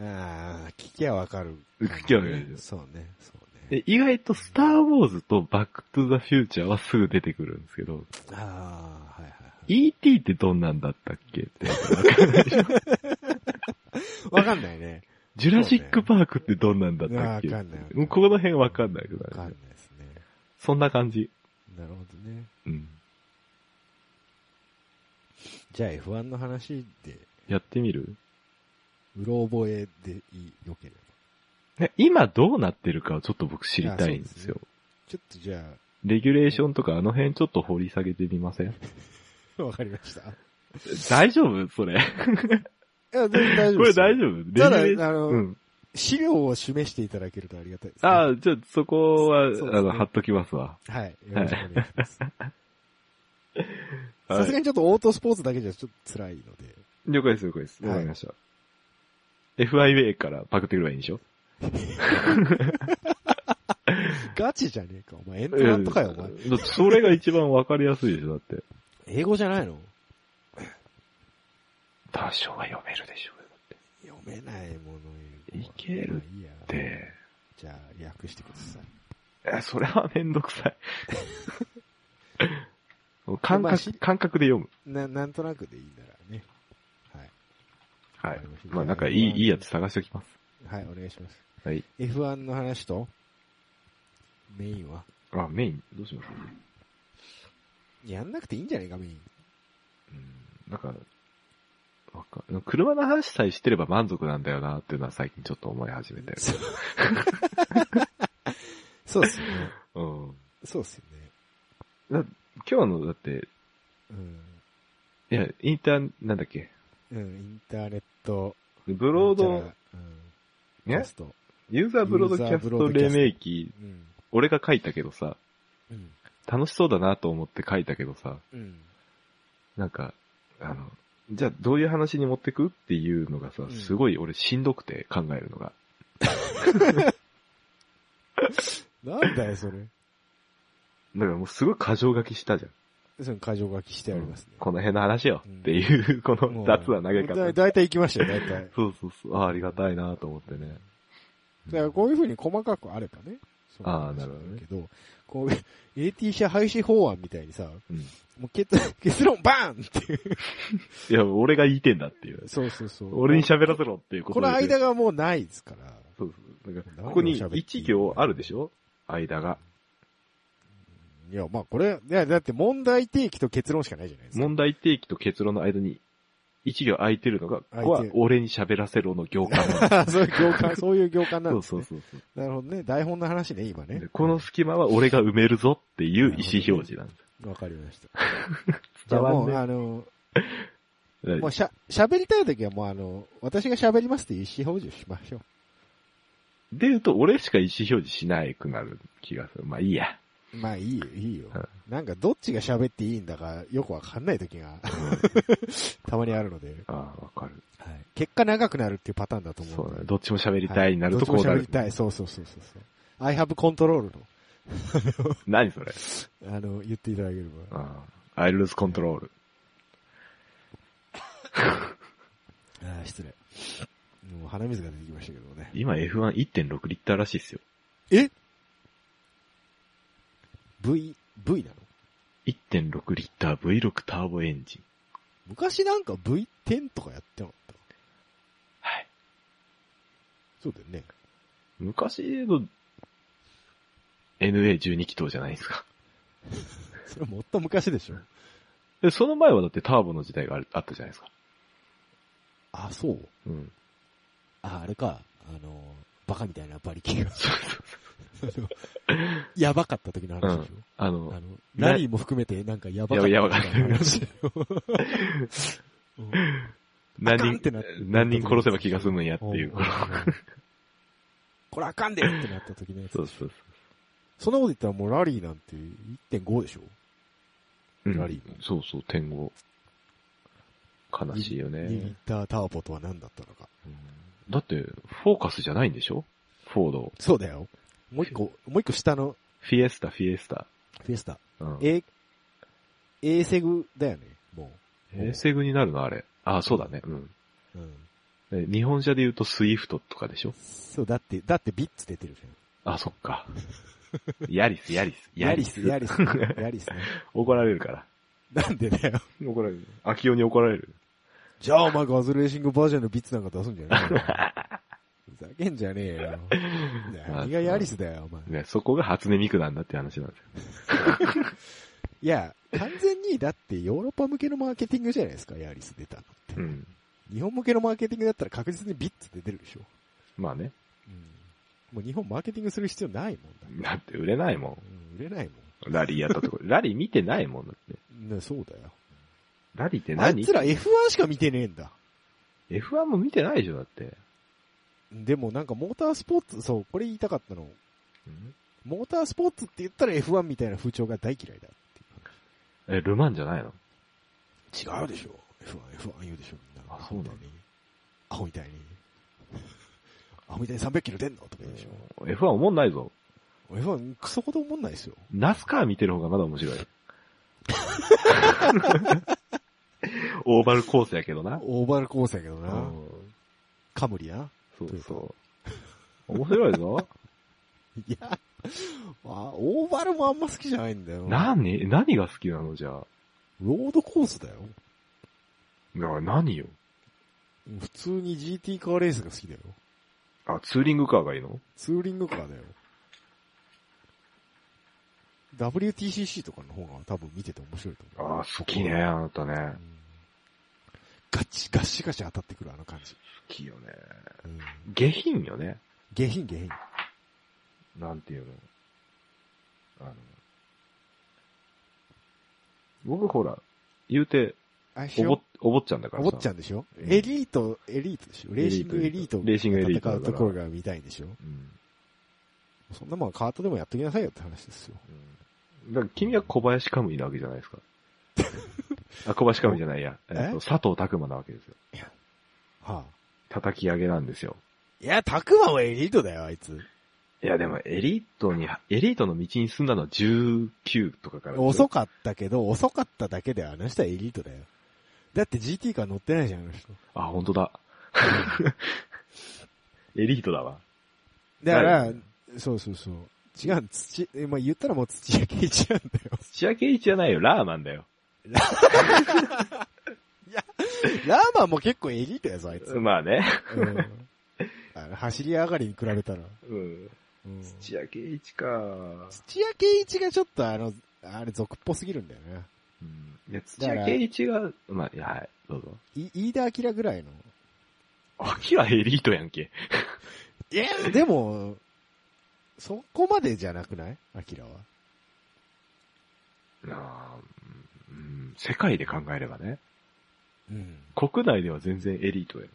B: ああ、聞きゃわかる。
A: 聞きゃわかるでし
B: そうね、そうね。
A: で意外とスター・ウォーズとバック・トゥ・ザ・フューチャーはすぐ出てくるんですけど、
B: ああ、はいはいはい。
A: E.T. ってどんなんだったっけって。
B: わかんないね。
A: ジュラシック・パークってどんなんだ
B: わ
A: っ
B: かん
A: た
B: な
A: っ
B: い
A: け。
B: わかんない。
A: もうこの辺わかんないく
B: わか
A: なん
B: ない
A: る。
B: ですね。
A: そんな感じ。
B: なるほどね。
A: うん。
B: じゃあ F1 の話で、
A: やってみる
B: うろ覚えでいい、よければ。
A: ね今どうなってるかをちょっと僕知りたいんですよ。
B: ちょっとじゃ
A: レギュレーションとかあの辺ちょっと掘り下げてみま
B: *laughs*
A: せん
B: あ、わかりました。い
A: 大丈夫それ。
B: や、全然大丈夫
A: *laughs* こ
B: で
A: れ
B: すよ。
A: 大丈夫レギ
B: た
A: ュ
B: だ、
A: レーション。
B: あの、
A: うん。
B: 資料を示していただけるとありがたいです、ね。
A: ああ、じゃあそこは、
B: そうそうですね
A: あの、貼っときますわ。
B: はい。よろしくお願いします。
A: はい
B: さすがにちょっとオートスポーツだけじゃちょっと辛いので。
A: 了解です、了解です。
B: はい
A: わかりました。FIA からパクってくればいいんでしょ
B: ガチじゃねえか、お前。エントラントかよ、お前。
A: うんだってそれが一番わかりやすいでしょ、だって。
B: 英語じゃないの
A: 多少は読めるでしょ、
B: 読めないもの英語はい
A: ける
B: いや。
A: だって。
B: じゃあ、訳してください。
A: え、それはめんどく *laughs* さい。もう感
B: まあし
A: 覚、感覚で読む。
B: な、なんとなくでいいならね。はい。
A: はい
B: わかりました
A: まあなんかいい、いいやつ探しておきます。
B: はい、お願いします。
A: はい。
B: F1 の話と、メインは
A: あ、メイン、どうします
B: やんなくていいんじゃないか、メイン。
A: うん、なんか、わか車の話さえしてれば満足なんだよなっていうのは最近ちょっと思い始めたよ。
B: そう *laughs* そうっすよね。
A: うん。
B: そうっすよね。
A: 今日の、だって、
B: う
A: いや、インターン、なんだっけ、
B: ん。うん、インターネット。
A: ブロー
B: なんちゃ
A: ド、
B: らうん。キ
A: ね
B: ャスト。
A: ユーザーブロードキャスト黎明期、
B: うん。
A: 俺が書いたけどさ、
B: うん。
A: 楽しそうだなと思って書いたけどさ、
B: うん。
A: なんか、あの、じゃあどういう話に持ってくっていうのがさ
B: う、ん
A: すごい俺しんどくて考えるのが。
B: なんだよ、それ。
A: だからもうすごい過剰書きしたじゃん。
B: その過剰書きしてありますね。
A: この辺の話よっていう、 *laughs* こ
B: も
A: の
B: う
A: 雑は投げ方。
B: だだいたい行きましたよ、だいたい。
A: そうそうそう。あありがたいなと思ってね。
B: だからこういう風に細かくあればね。そう
A: ああなるほどね
B: けど、こう、AT 社廃止法案みたいにさ、
A: うん
B: もう結 *laughs* 結論バーンっていう。
A: いや、俺が言いてんだっていう。
B: そうそうそう。
A: 俺に喋らせろっていうこと
B: こ
A: で
B: の間がもうないですから。
A: そうそう。だからここに一行あるでしょ間が。
B: いや、まあこれ、いや、だって問題提起と結論しかないじゃないですか。
A: 問題提起と結論の間に一行空いてるのが、ここは
B: 空いてる
A: 俺に喋らせろの
B: *laughs*
A: 行間なんだ
B: そういう行間、そういう行間なん
A: そう
B: です
A: そう
B: ね。
A: そうそう。
B: なるほどね。台本の話ね、今ね
A: で。この隙間は俺が埋めるぞっていう意思表示なんです。
B: わかりま
A: *laughs*
B: した。じゃあもう、あの、
A: だか
B: も
A: ら
B: うしゃ、喋りたいときはもうあの、私が喋りますっていう意思表示をしましょう。
A: で言うと、俺しか意思表示しなくなる気がする。まあいいや。
B: まあいいよ、いいよ
A: う。
B: なんかどっちが喋っていいんだかよくわかんない時が *laughs* たまにあるので、
A: ああ、わかる。
B: 結果長くなるっていうパターンだと思
A: そううだ
B: の
A: ね。
B: で。
A: どっちも喋りたいになるとこ
B: は
A: う
B: いど
A: な
B: っちも喋
A: る。
B: りたい。そうそうそうそうそう。I have control
A: 何それ
B: の、あの、言っていただければ。
A: ああ。I lose control.
B: ああ、失礼。もう鼻水が出てきましたけどね。
A: 今 F11.6 リッターらしいっすよ。
B: V、V なの
A: 1.6リッター V6 ターボエンジン。
B: 昔なんか V10 とかやってなかった
A: はい。
B: そうだよね。
A: 昔の NA12 気筒じゃないですか。
B: それもっと昔でしょ。
A: で、その前はだってターボの時代があるあったじゃないですか。
B: あ、そう
A: うん。
B: あ、あれか。あの、バカみたいな馬力
A: *laughs*
B: が。あのやばかった時の話でしょ、
A: あ
B: あの
A: の、、な
B: ラリーも含めてなんかやばかった。
A: やばかった
B: 話でし *laughs* ょうん
A: 何
B: あかんっ
A: 人
B: てなった、
A: 何人殺せば気が済むんやっていう。
B: んんんこれあかんでってなった時のやつ。
A: そうそう
B: そんなこと言ったらもうラリーなんて1.5でしょ
A: そう。うん
B: ラリーも
A: そうそう、天狗。悲しいよね。
B: 2リッターターボとは何だったのか。
A: うんだって、フォーカスじゃないんでしょフォード。
B: そうだよ。もう一個、もう一個下の
A: フィエスタ、フィエスタ。
B: フェスタ。
A: うん。
B: A、A セグだよね、もう。
A: え、セグになるのあれ。あ、そうだね。うん。
B: うん。
A: え日本車で言うとスイフトとかでしょ
B: そう、だって、だってビッツ出てるじゃん。
A: あ、そっ *laughs* か。ヤリス、ヤリス。
B: ヤリス、ヤリス、ヤリスね。
A: *laughs* 怒られるから。
B: なんでだよ。
A: 怒られる。秋代に怒られる。
B: じゃあお前ガズレーシングバージョンのビッツなんか出すんじゃねえよ。ふざけんじゃねえよ。何がヤリスだよ、お前。
A: ね、そこが初音ミクなんだって話なんですよ。
B: いや、完全にだってヨーロッパ向けのマーケティングじゃないですか、ヤリス出たのって。
A: うん。
B: 日本向けのマーケティングだったら確実にビッツで出るでしょ。
A: まあね。
B: もう日本マーケティングする必要ないもんだ。
A: だって売れないも
B: うん、売れないも
A: ん。ラリーやったところ。ラリー見てないもんだって。
B: ん。ね、そうだよ。
A: ラリーって
B: あい
A: 何
B: つら F1 しか見てねえんだ。
A: ?F1 も見てないでしょ、だって。
B: でもなんかモータースポーツ、そう、これ言いたかったの。
A: うん
B: モータースポーツって言ったら F1 みたいな風潮が大嫌いだっ
A: え、ルマンじゃないの
B: ていう。違うでしょ。F1、F1 言うでしょ、みんな。
A: あそうなの
B: アホみたいに。 *laughs* アホみたいに300キロ出んのとか言うでしょ。
A: ?F1 思んないぞ。
B: F1 クソほど思んないですよ。
A: ナスカー見てる方がまだ面白 *laughs* い。オーバルコースやけどな。
B: オーバルコースやけどな。
A: うん
B: カムリな。
A: そうそう。面白いぞ。
B: いや、あオーバルもあんま好きじゃないんだよ。
A: *laughs* 何何が好きなのじゃあ。
B: ロードコースだよ。
A: だから何よ。
B: 普通に GT カーレースが好きだよ。
A: あ、ツーリングカーがいいの
B: ツーリングカーだよ。WTCC とかの方が多分見てて面白いと思う。
A: あー、好きね、あなたね。
B: うん。ガチ、ガシガシ当たってくるあの感じ。
A: 好きよね。
B: うん、
A: 下品よね。
B: 下品下品。
A: なんていうの。あの、僕ほら、言うて、
B: あ、し
A: おぼ
B: ょ、
A: お坊ちゃんだから
B: お
A: さ。
B: 坊ちゃんでしょ、
A: うん
B: エリート、エリートでしょレーシングエリート。
A: レーシングエリー
B: 戦
A: トだ
B: う
A: から
B: ところが見たいんでしょ
A: うん。
B: そんなもんはカートでもやっときなさいよって話ですよ。
A: うんだから君は小林カムイなわけじゃないで
B: *laughs*
A: すか。あ、小林カムイじゃないや。え
B: え
A: っと、佐藤拓馬なわけですよ。
B: はあ。
A: 叩き上げなんですよ。
B: いや、たくまはエリートだよ、あいつ。
A: いや、でもエリートに、エリートの道に進んだのは19とかから。
B: 遅かったけど、遅かっただけであの人はエリートだよ。だって GT カー乗ってないじゃん、あの人。
A: あ、本当だ。 *laughs* エリートだわ。
B: だから、
A: はい
B: そうそうそう。違う、土、えまあ、言ったらもう土屋圭一なんだよ。
A: 土屋圭一じゃないよ、ラーマンだよ。
B: ラーマンも結構エリートやぞ、あいつ。
A: まあね。
B: うん、あの走り上がりに比べたら。
A: うん。
B: うん、
A: 土屋圭一か。
B: 土屋圭一がちょっとあの、あれ俗っぽすぎるんだよね。
A: うん。いや、土屋圭一が、まあ、いや、はい、どうぞ。
B: い、飯田明ぐらいの。
A: 秋はエリートやんけ。
B: いや、でも、そこまでじゃなくないアキラは。
A: あーうん、世界で考えればね。
B: うん。
A: 国内では全然エリートや。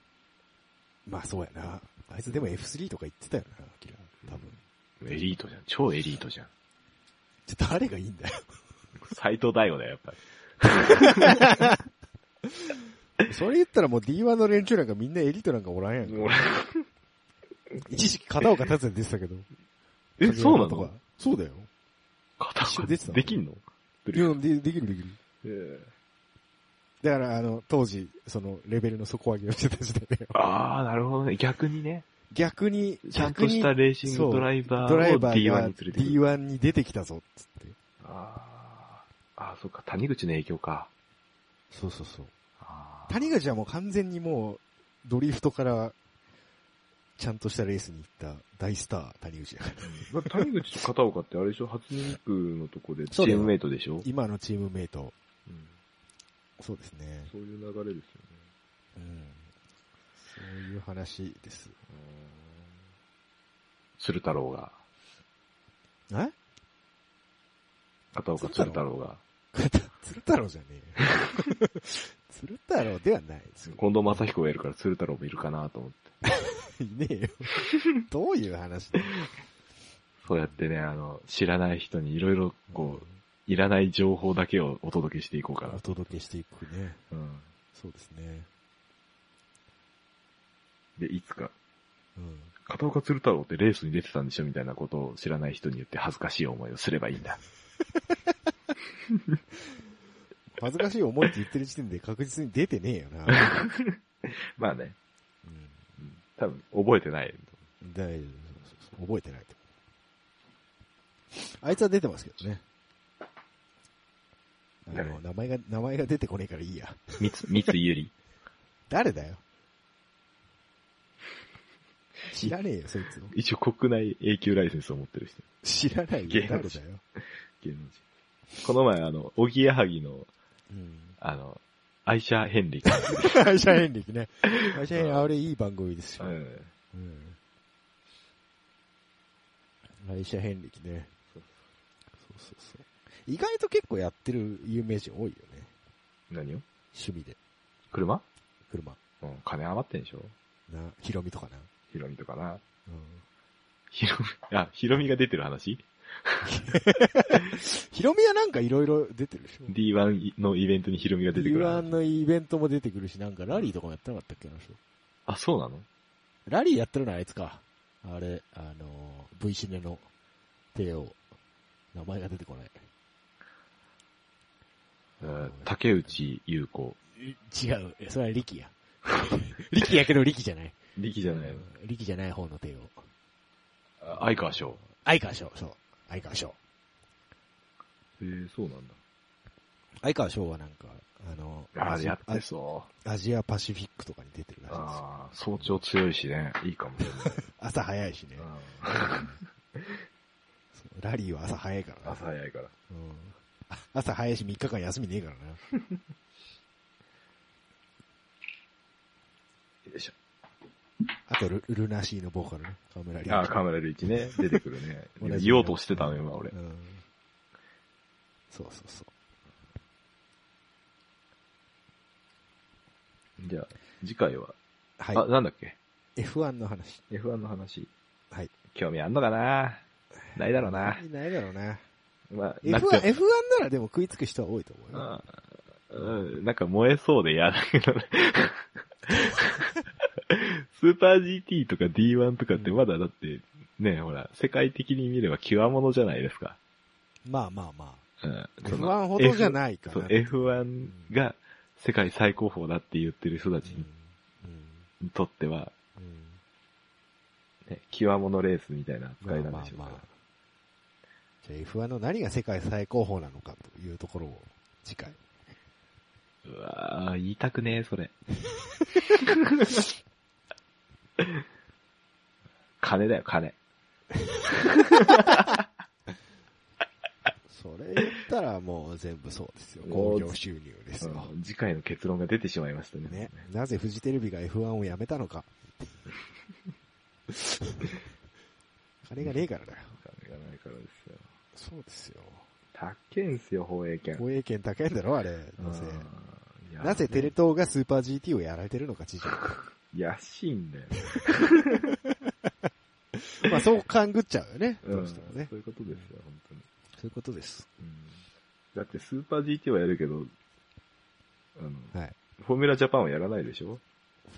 B: まあそうやな。あいつでも F3 とか言ってたよな、アキラ。多分。
A: エリートじゃん。超エリートじゃん。
B: ちょっと誰がいいんだよ。
A: 斎藤大悟だよ、やっぱり。
B: それ言ったらもう D1 の連中なんかみんなエリートなんかおらんやんか。一時期片岡達也出てたけど。
A: え、そうな
B: と
A: の
B: か。そうだよ。
A: 片
B: 一緒
A: 岡
B: に出てた
A: できんの
B: いや、でできるできる。
A: ええ
B: だから、あの、当時、その、レベルの底上げをしてた時代で、
A: ああ、なるほどね。逆にね。
B: 逆に、
A: ちゃん
B: 逆
A: と
B: に、
A: した
B: ド
A: レーシングドライバ
B: ラ
A: ー
B: イ
A: を D1
B: バ
A: に
B: ー
A: 連
B: が
A: れてくる。
B: D1 に出てきたぞ、つって。
A: あーあー、そうか。谷口の影響か。
B: そうそうそう。
A: あー
B: 谷口はもう完全にもう、ドリフトから、ちゃんとしたレースに行った大スター、谷口だから。
A: だって谷口と片岡ってあれでしょ初音ミクのとこで
B: そうだ
A: チ
B: よ
A: ームメイトでしょ
B: 今のチームメイト。
A: うん
B: そうですね。
A: そういう流れですよね。
B: うん。そういう話です。
A: 鶴太郎が、
B: え
A: 片岡鶴太郎が、
B: 鶴太郎じゃねえよ。 *laughs* 鶴太郎ではないですよ。
A: 近藤正彦がいるから鶴太郎もいるかなと思って。
B: いねえよ。どういう話だよ
A: そうやってね、あの、知らない人にいろいろ、こう、いらない情報だけをお届けしていこうかな
B: お
A: と。
B: 届けしていくね。
A: うん。
B: そうですね。
A: で、いつか、
B: うん。
A: 片岡鶴太郎ってレースに出てたんでしょみたいなことを知らない人に言って恥ずかしい思いをすればいいん
B: *laughs*
A: だ。
B: 恥ずかしい思いって言ってる時点で確実に出てねえよな。
A: *laughs* まあね、
B: うん
A: うん多分覚え
B: *laughs*
A: てない。
B: 大丈夫そうそうそう。覚えてないと思う。あいつは出てますけどね。あ
A: 誰
B: の、名前が、名前が出てこねえからいいや。
A: 三つ、三つゆり。
B: 誰だよ。知らねえよ、そいつを。
A: 一応国内永久ライセンスを持ってる人。
B: 知らない
A: 芸
B: よ、
A: 能
B: 誰
A: 人
B: だよ。
A: 芸能人。この前、あの、おぎやはぎの、
B: うん。
A: あの、アイシャ・ヘンリー君。
B: 会社員歴ね。会社員、あれいい番組ですよ。
A: うん
B: うん。アイシャ遍歴ね。そうそうそう。意外と結構やってる有名人多いよね。
A: 何を
B: 趣味で、
A: 車
B: 車。
A: うん、金余ってんでしょ
B: な、ヒロミとかな。
A: ヒロミとか
B: う
A: な。
B: ん。
A: ヒロミ、あ、ヒロミが出てる話
B: ヒロミはなんかいろいろ出てるでしょ。
A: ?D1 のイベントにヒロミが出てく
B: D1
A: る話。
B: のイベントも出てくるし、なんかラリーとかもやってなかったっけな、あの人
A: あ、そうなの
B: ラリーやってるのはあいつか。あれ、あのー、V シネの帝王。名前が出てこない。
A: うん竹内優子。
B: 違う。それは力や。力やけど力じゃない。
A: 力じゃないの。
B: うん力じゃない方の帝王。
A: あ相川翔。
B: 相川翔、そう。相川翔。
A: へえ、そうなんだ。
B: 相川翔はなんか、あの、
A: あ
B: ア
A: れ
B: ジ
A: や
B: ア
A: ってそう。
B: アジアパシフィックとかに出てるらしいですよ。
A: ああ、早朝強いしね。いいかもしれ *laughs*
B: 朝早いしね
A: な。い
B: そうラリーは朝早いか
A: うん。
B: らな
A: 朝。早いから。
B: うんあ朝早いし3日間休みねえからな。
A: よいし
B: あとル、ルナシーのボーカルね。カメラリ
A: ょ。ああ、カメラルイチね。出てくる
B: *laughs*
A: ね。今言おうとしてたの今俺
B: う。ん。そうそうそう。
A: じゃあ、次回は。
B: はい。
A: あ、なんだっけ
B: F1 の話。
A: ?F1 の話。
B: はい。
A: 興味あんのかなないだろうな。
B: ないだろうな。
A: まあ、
B: F1、
A: な
B: F1
A: くて
B: ならでも食いつく人は多いと思うよ。
A: あーうん、なんか燃えそうで嫌だけどね。 *laughs* スーパー GT とか D1 とかってまだだって、ね、ほら、世界的に見れば極物じゃないですか。
B: まあまあま
A: うん
B: あ。
A: その
B: F1 ほどじゃないか
A: F- そう
B: な。
A: F1 が世界最高峰だって言ってる人たち
B: うん。
A: にとっては、
B: うん。うん
A: ね、極物レースみたいな扱いなんでしょうか
B: まあまあ
A: ら
B: まあじゃあ F1 の何が世界最高峰なのかというところを次回。
A: うわー言いたくねえ、それ。 *laughs* 金だよ、金。
B: それ言ったらもう全部そうですよ。
A: も
B: 興
A: う
B: 行収入ですよ。
A: うん次回の結論が出てしまいましたね。
B: ね。なぜフジテレビが F1 をやめたのか。金がねえからだよ。
A: 金がないからですよ。
B: そうですよ。
A: たっけんすよ、放映権。
B: 防衛権高いんだろ、あれ。
A: うん
B: なぜ。
A: いや
B: なぜテレ東がスーパー GT をやられてるのか、知事。
A: 安いんだよ。
B: まあ、そう勘ぐっちゃうよね。どうしても
A: ん
B: ね。
A: そういうことですよ、本当に。
B: そういうことです。
A: うんだってスーパー GT はやるけど、あの、
B: はい
A: フォーミュラジャパンはやらないでしょ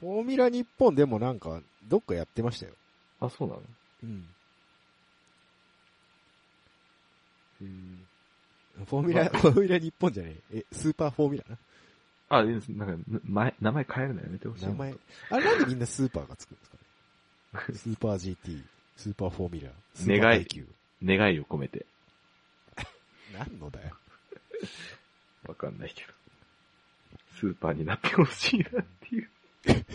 B: フォーミュラ日本でもなんか、どっかやってましたよ。
A: あ、そうなの
B: うん。
A: うん。
B: フォーミュラ、フォーミュラ日本じゃねえ。え、スーパーフォーミュラな。
A: あ、いいですなんか、な前名前変えるのやめてほしい。
B: 名前。あれなんでみんなスーパーがつくんですかねスーパー GT、スーパーフォーミュラ、スーパー
A: 願
B: 耐
A: い
B: 久。
A: 願いを込めて。
B: 何のだよ。
A: わかんないけど。スーパーになってほしいなっていう。 *laughs*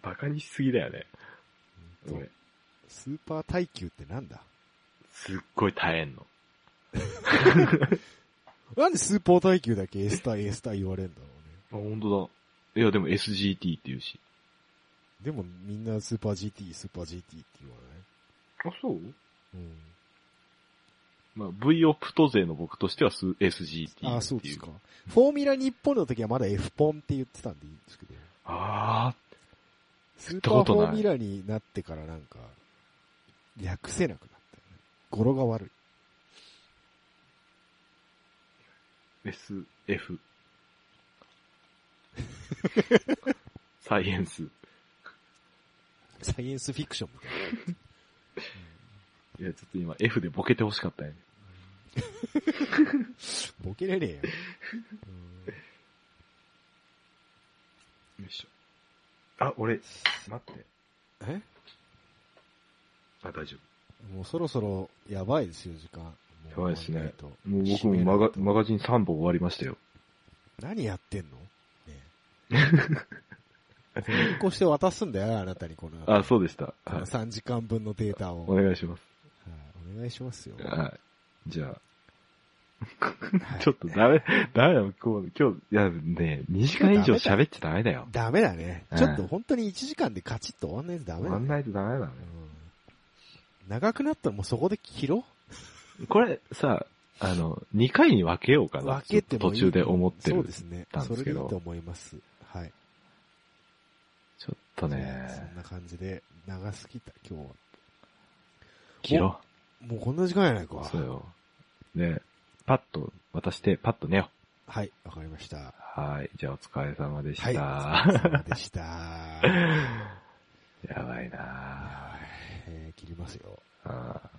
A: バカにしすぎだよね。
B: そう
A: 俺、
B: スーパー耐久ってなんだ
A: すっごい耐えんの。
B: なんでスーパー耐久だけ S 対 S 対言われんだろう
A: あ、本当だ。いや、でも SGT って言うし。
B: ね。でもみんなスーパー GT、スーパー GT って言わ
A: あ、そう
B: ないうん。
A: まあ、V オプト勢の僕としてはス SGT っていう。
B: あ、そうですか。。フォーミュラ日本の時はまだ F ポンって言ってたんでいいんですけど。
A: あ
B: スー
A: た
B: パ
A: こ
B: ー
A: と
B: フ
A: な
B: ォ
A: い
B: ーミュラになってからなんか、略せなくなったよね。語呂が悪い。
A: あ、SF。サイエンス。
B: サイエンスフィクションみたいな。
A: いや、ちょっと今 F でボケて欲しかったよね。
B: ボケれねえよ。
A: よいしょ。あ、俺、待って。
B: え
A: あ、大丈
B: もうそろそろやばいですよ、時間。もう
A: やばいですね
B: 終わんないと
A: 夫。もう僕もマガマガジン3本終わりましたよ。
B: 何やってんのね
A: *laughs*
B: え。これ変更して渡すんだよ、あなたにこの、
A: あ、そうでした。
B: こ
A: は
B: の
A: い。
B: 3時間分のデータを。
A: お
B: はい
A: 願いします。
B: お願いしますよ。
A: はい。じゃ
B: は
A: あ、
B: い
A: ちょっとダメ、 *laughs* ダメだよ、今日、今日、いやね、2時間以上喋っちゃダメだよ。
B: ダメだね
A: う。ん
B: ちょっと本当に1時間でカチッと終わんないとダメ
A: 終
B: だ
A: わ
B: ね
A: ん。ないとダメだね。
B: うん長くなったらもうそこで切ろ
A: これさ、あの、2回に分けようか
B: う。
A: な。
B: 分けてもいい。
A: ちょっと途中で思ってる。
B: そうですね
A: た。んで
B: そ
A: す
B: れで
A: け
B: い
A: ど
B: いと思います。はい。
A: ちょっと
B: そ
A: ね
B: ん、な感じで、長すぎた、今日は。
A: 切ろ。
B: もうこんな時間やないうか。
A: そうよ。ね、パッと渡して、パッと寝よう。
B: はい、わかりました。
A: はい。じゃあお疲れ様でした。
B: はい、お疲れ様でした。
A: やばいな
B: えー切りますよ。
A: ああ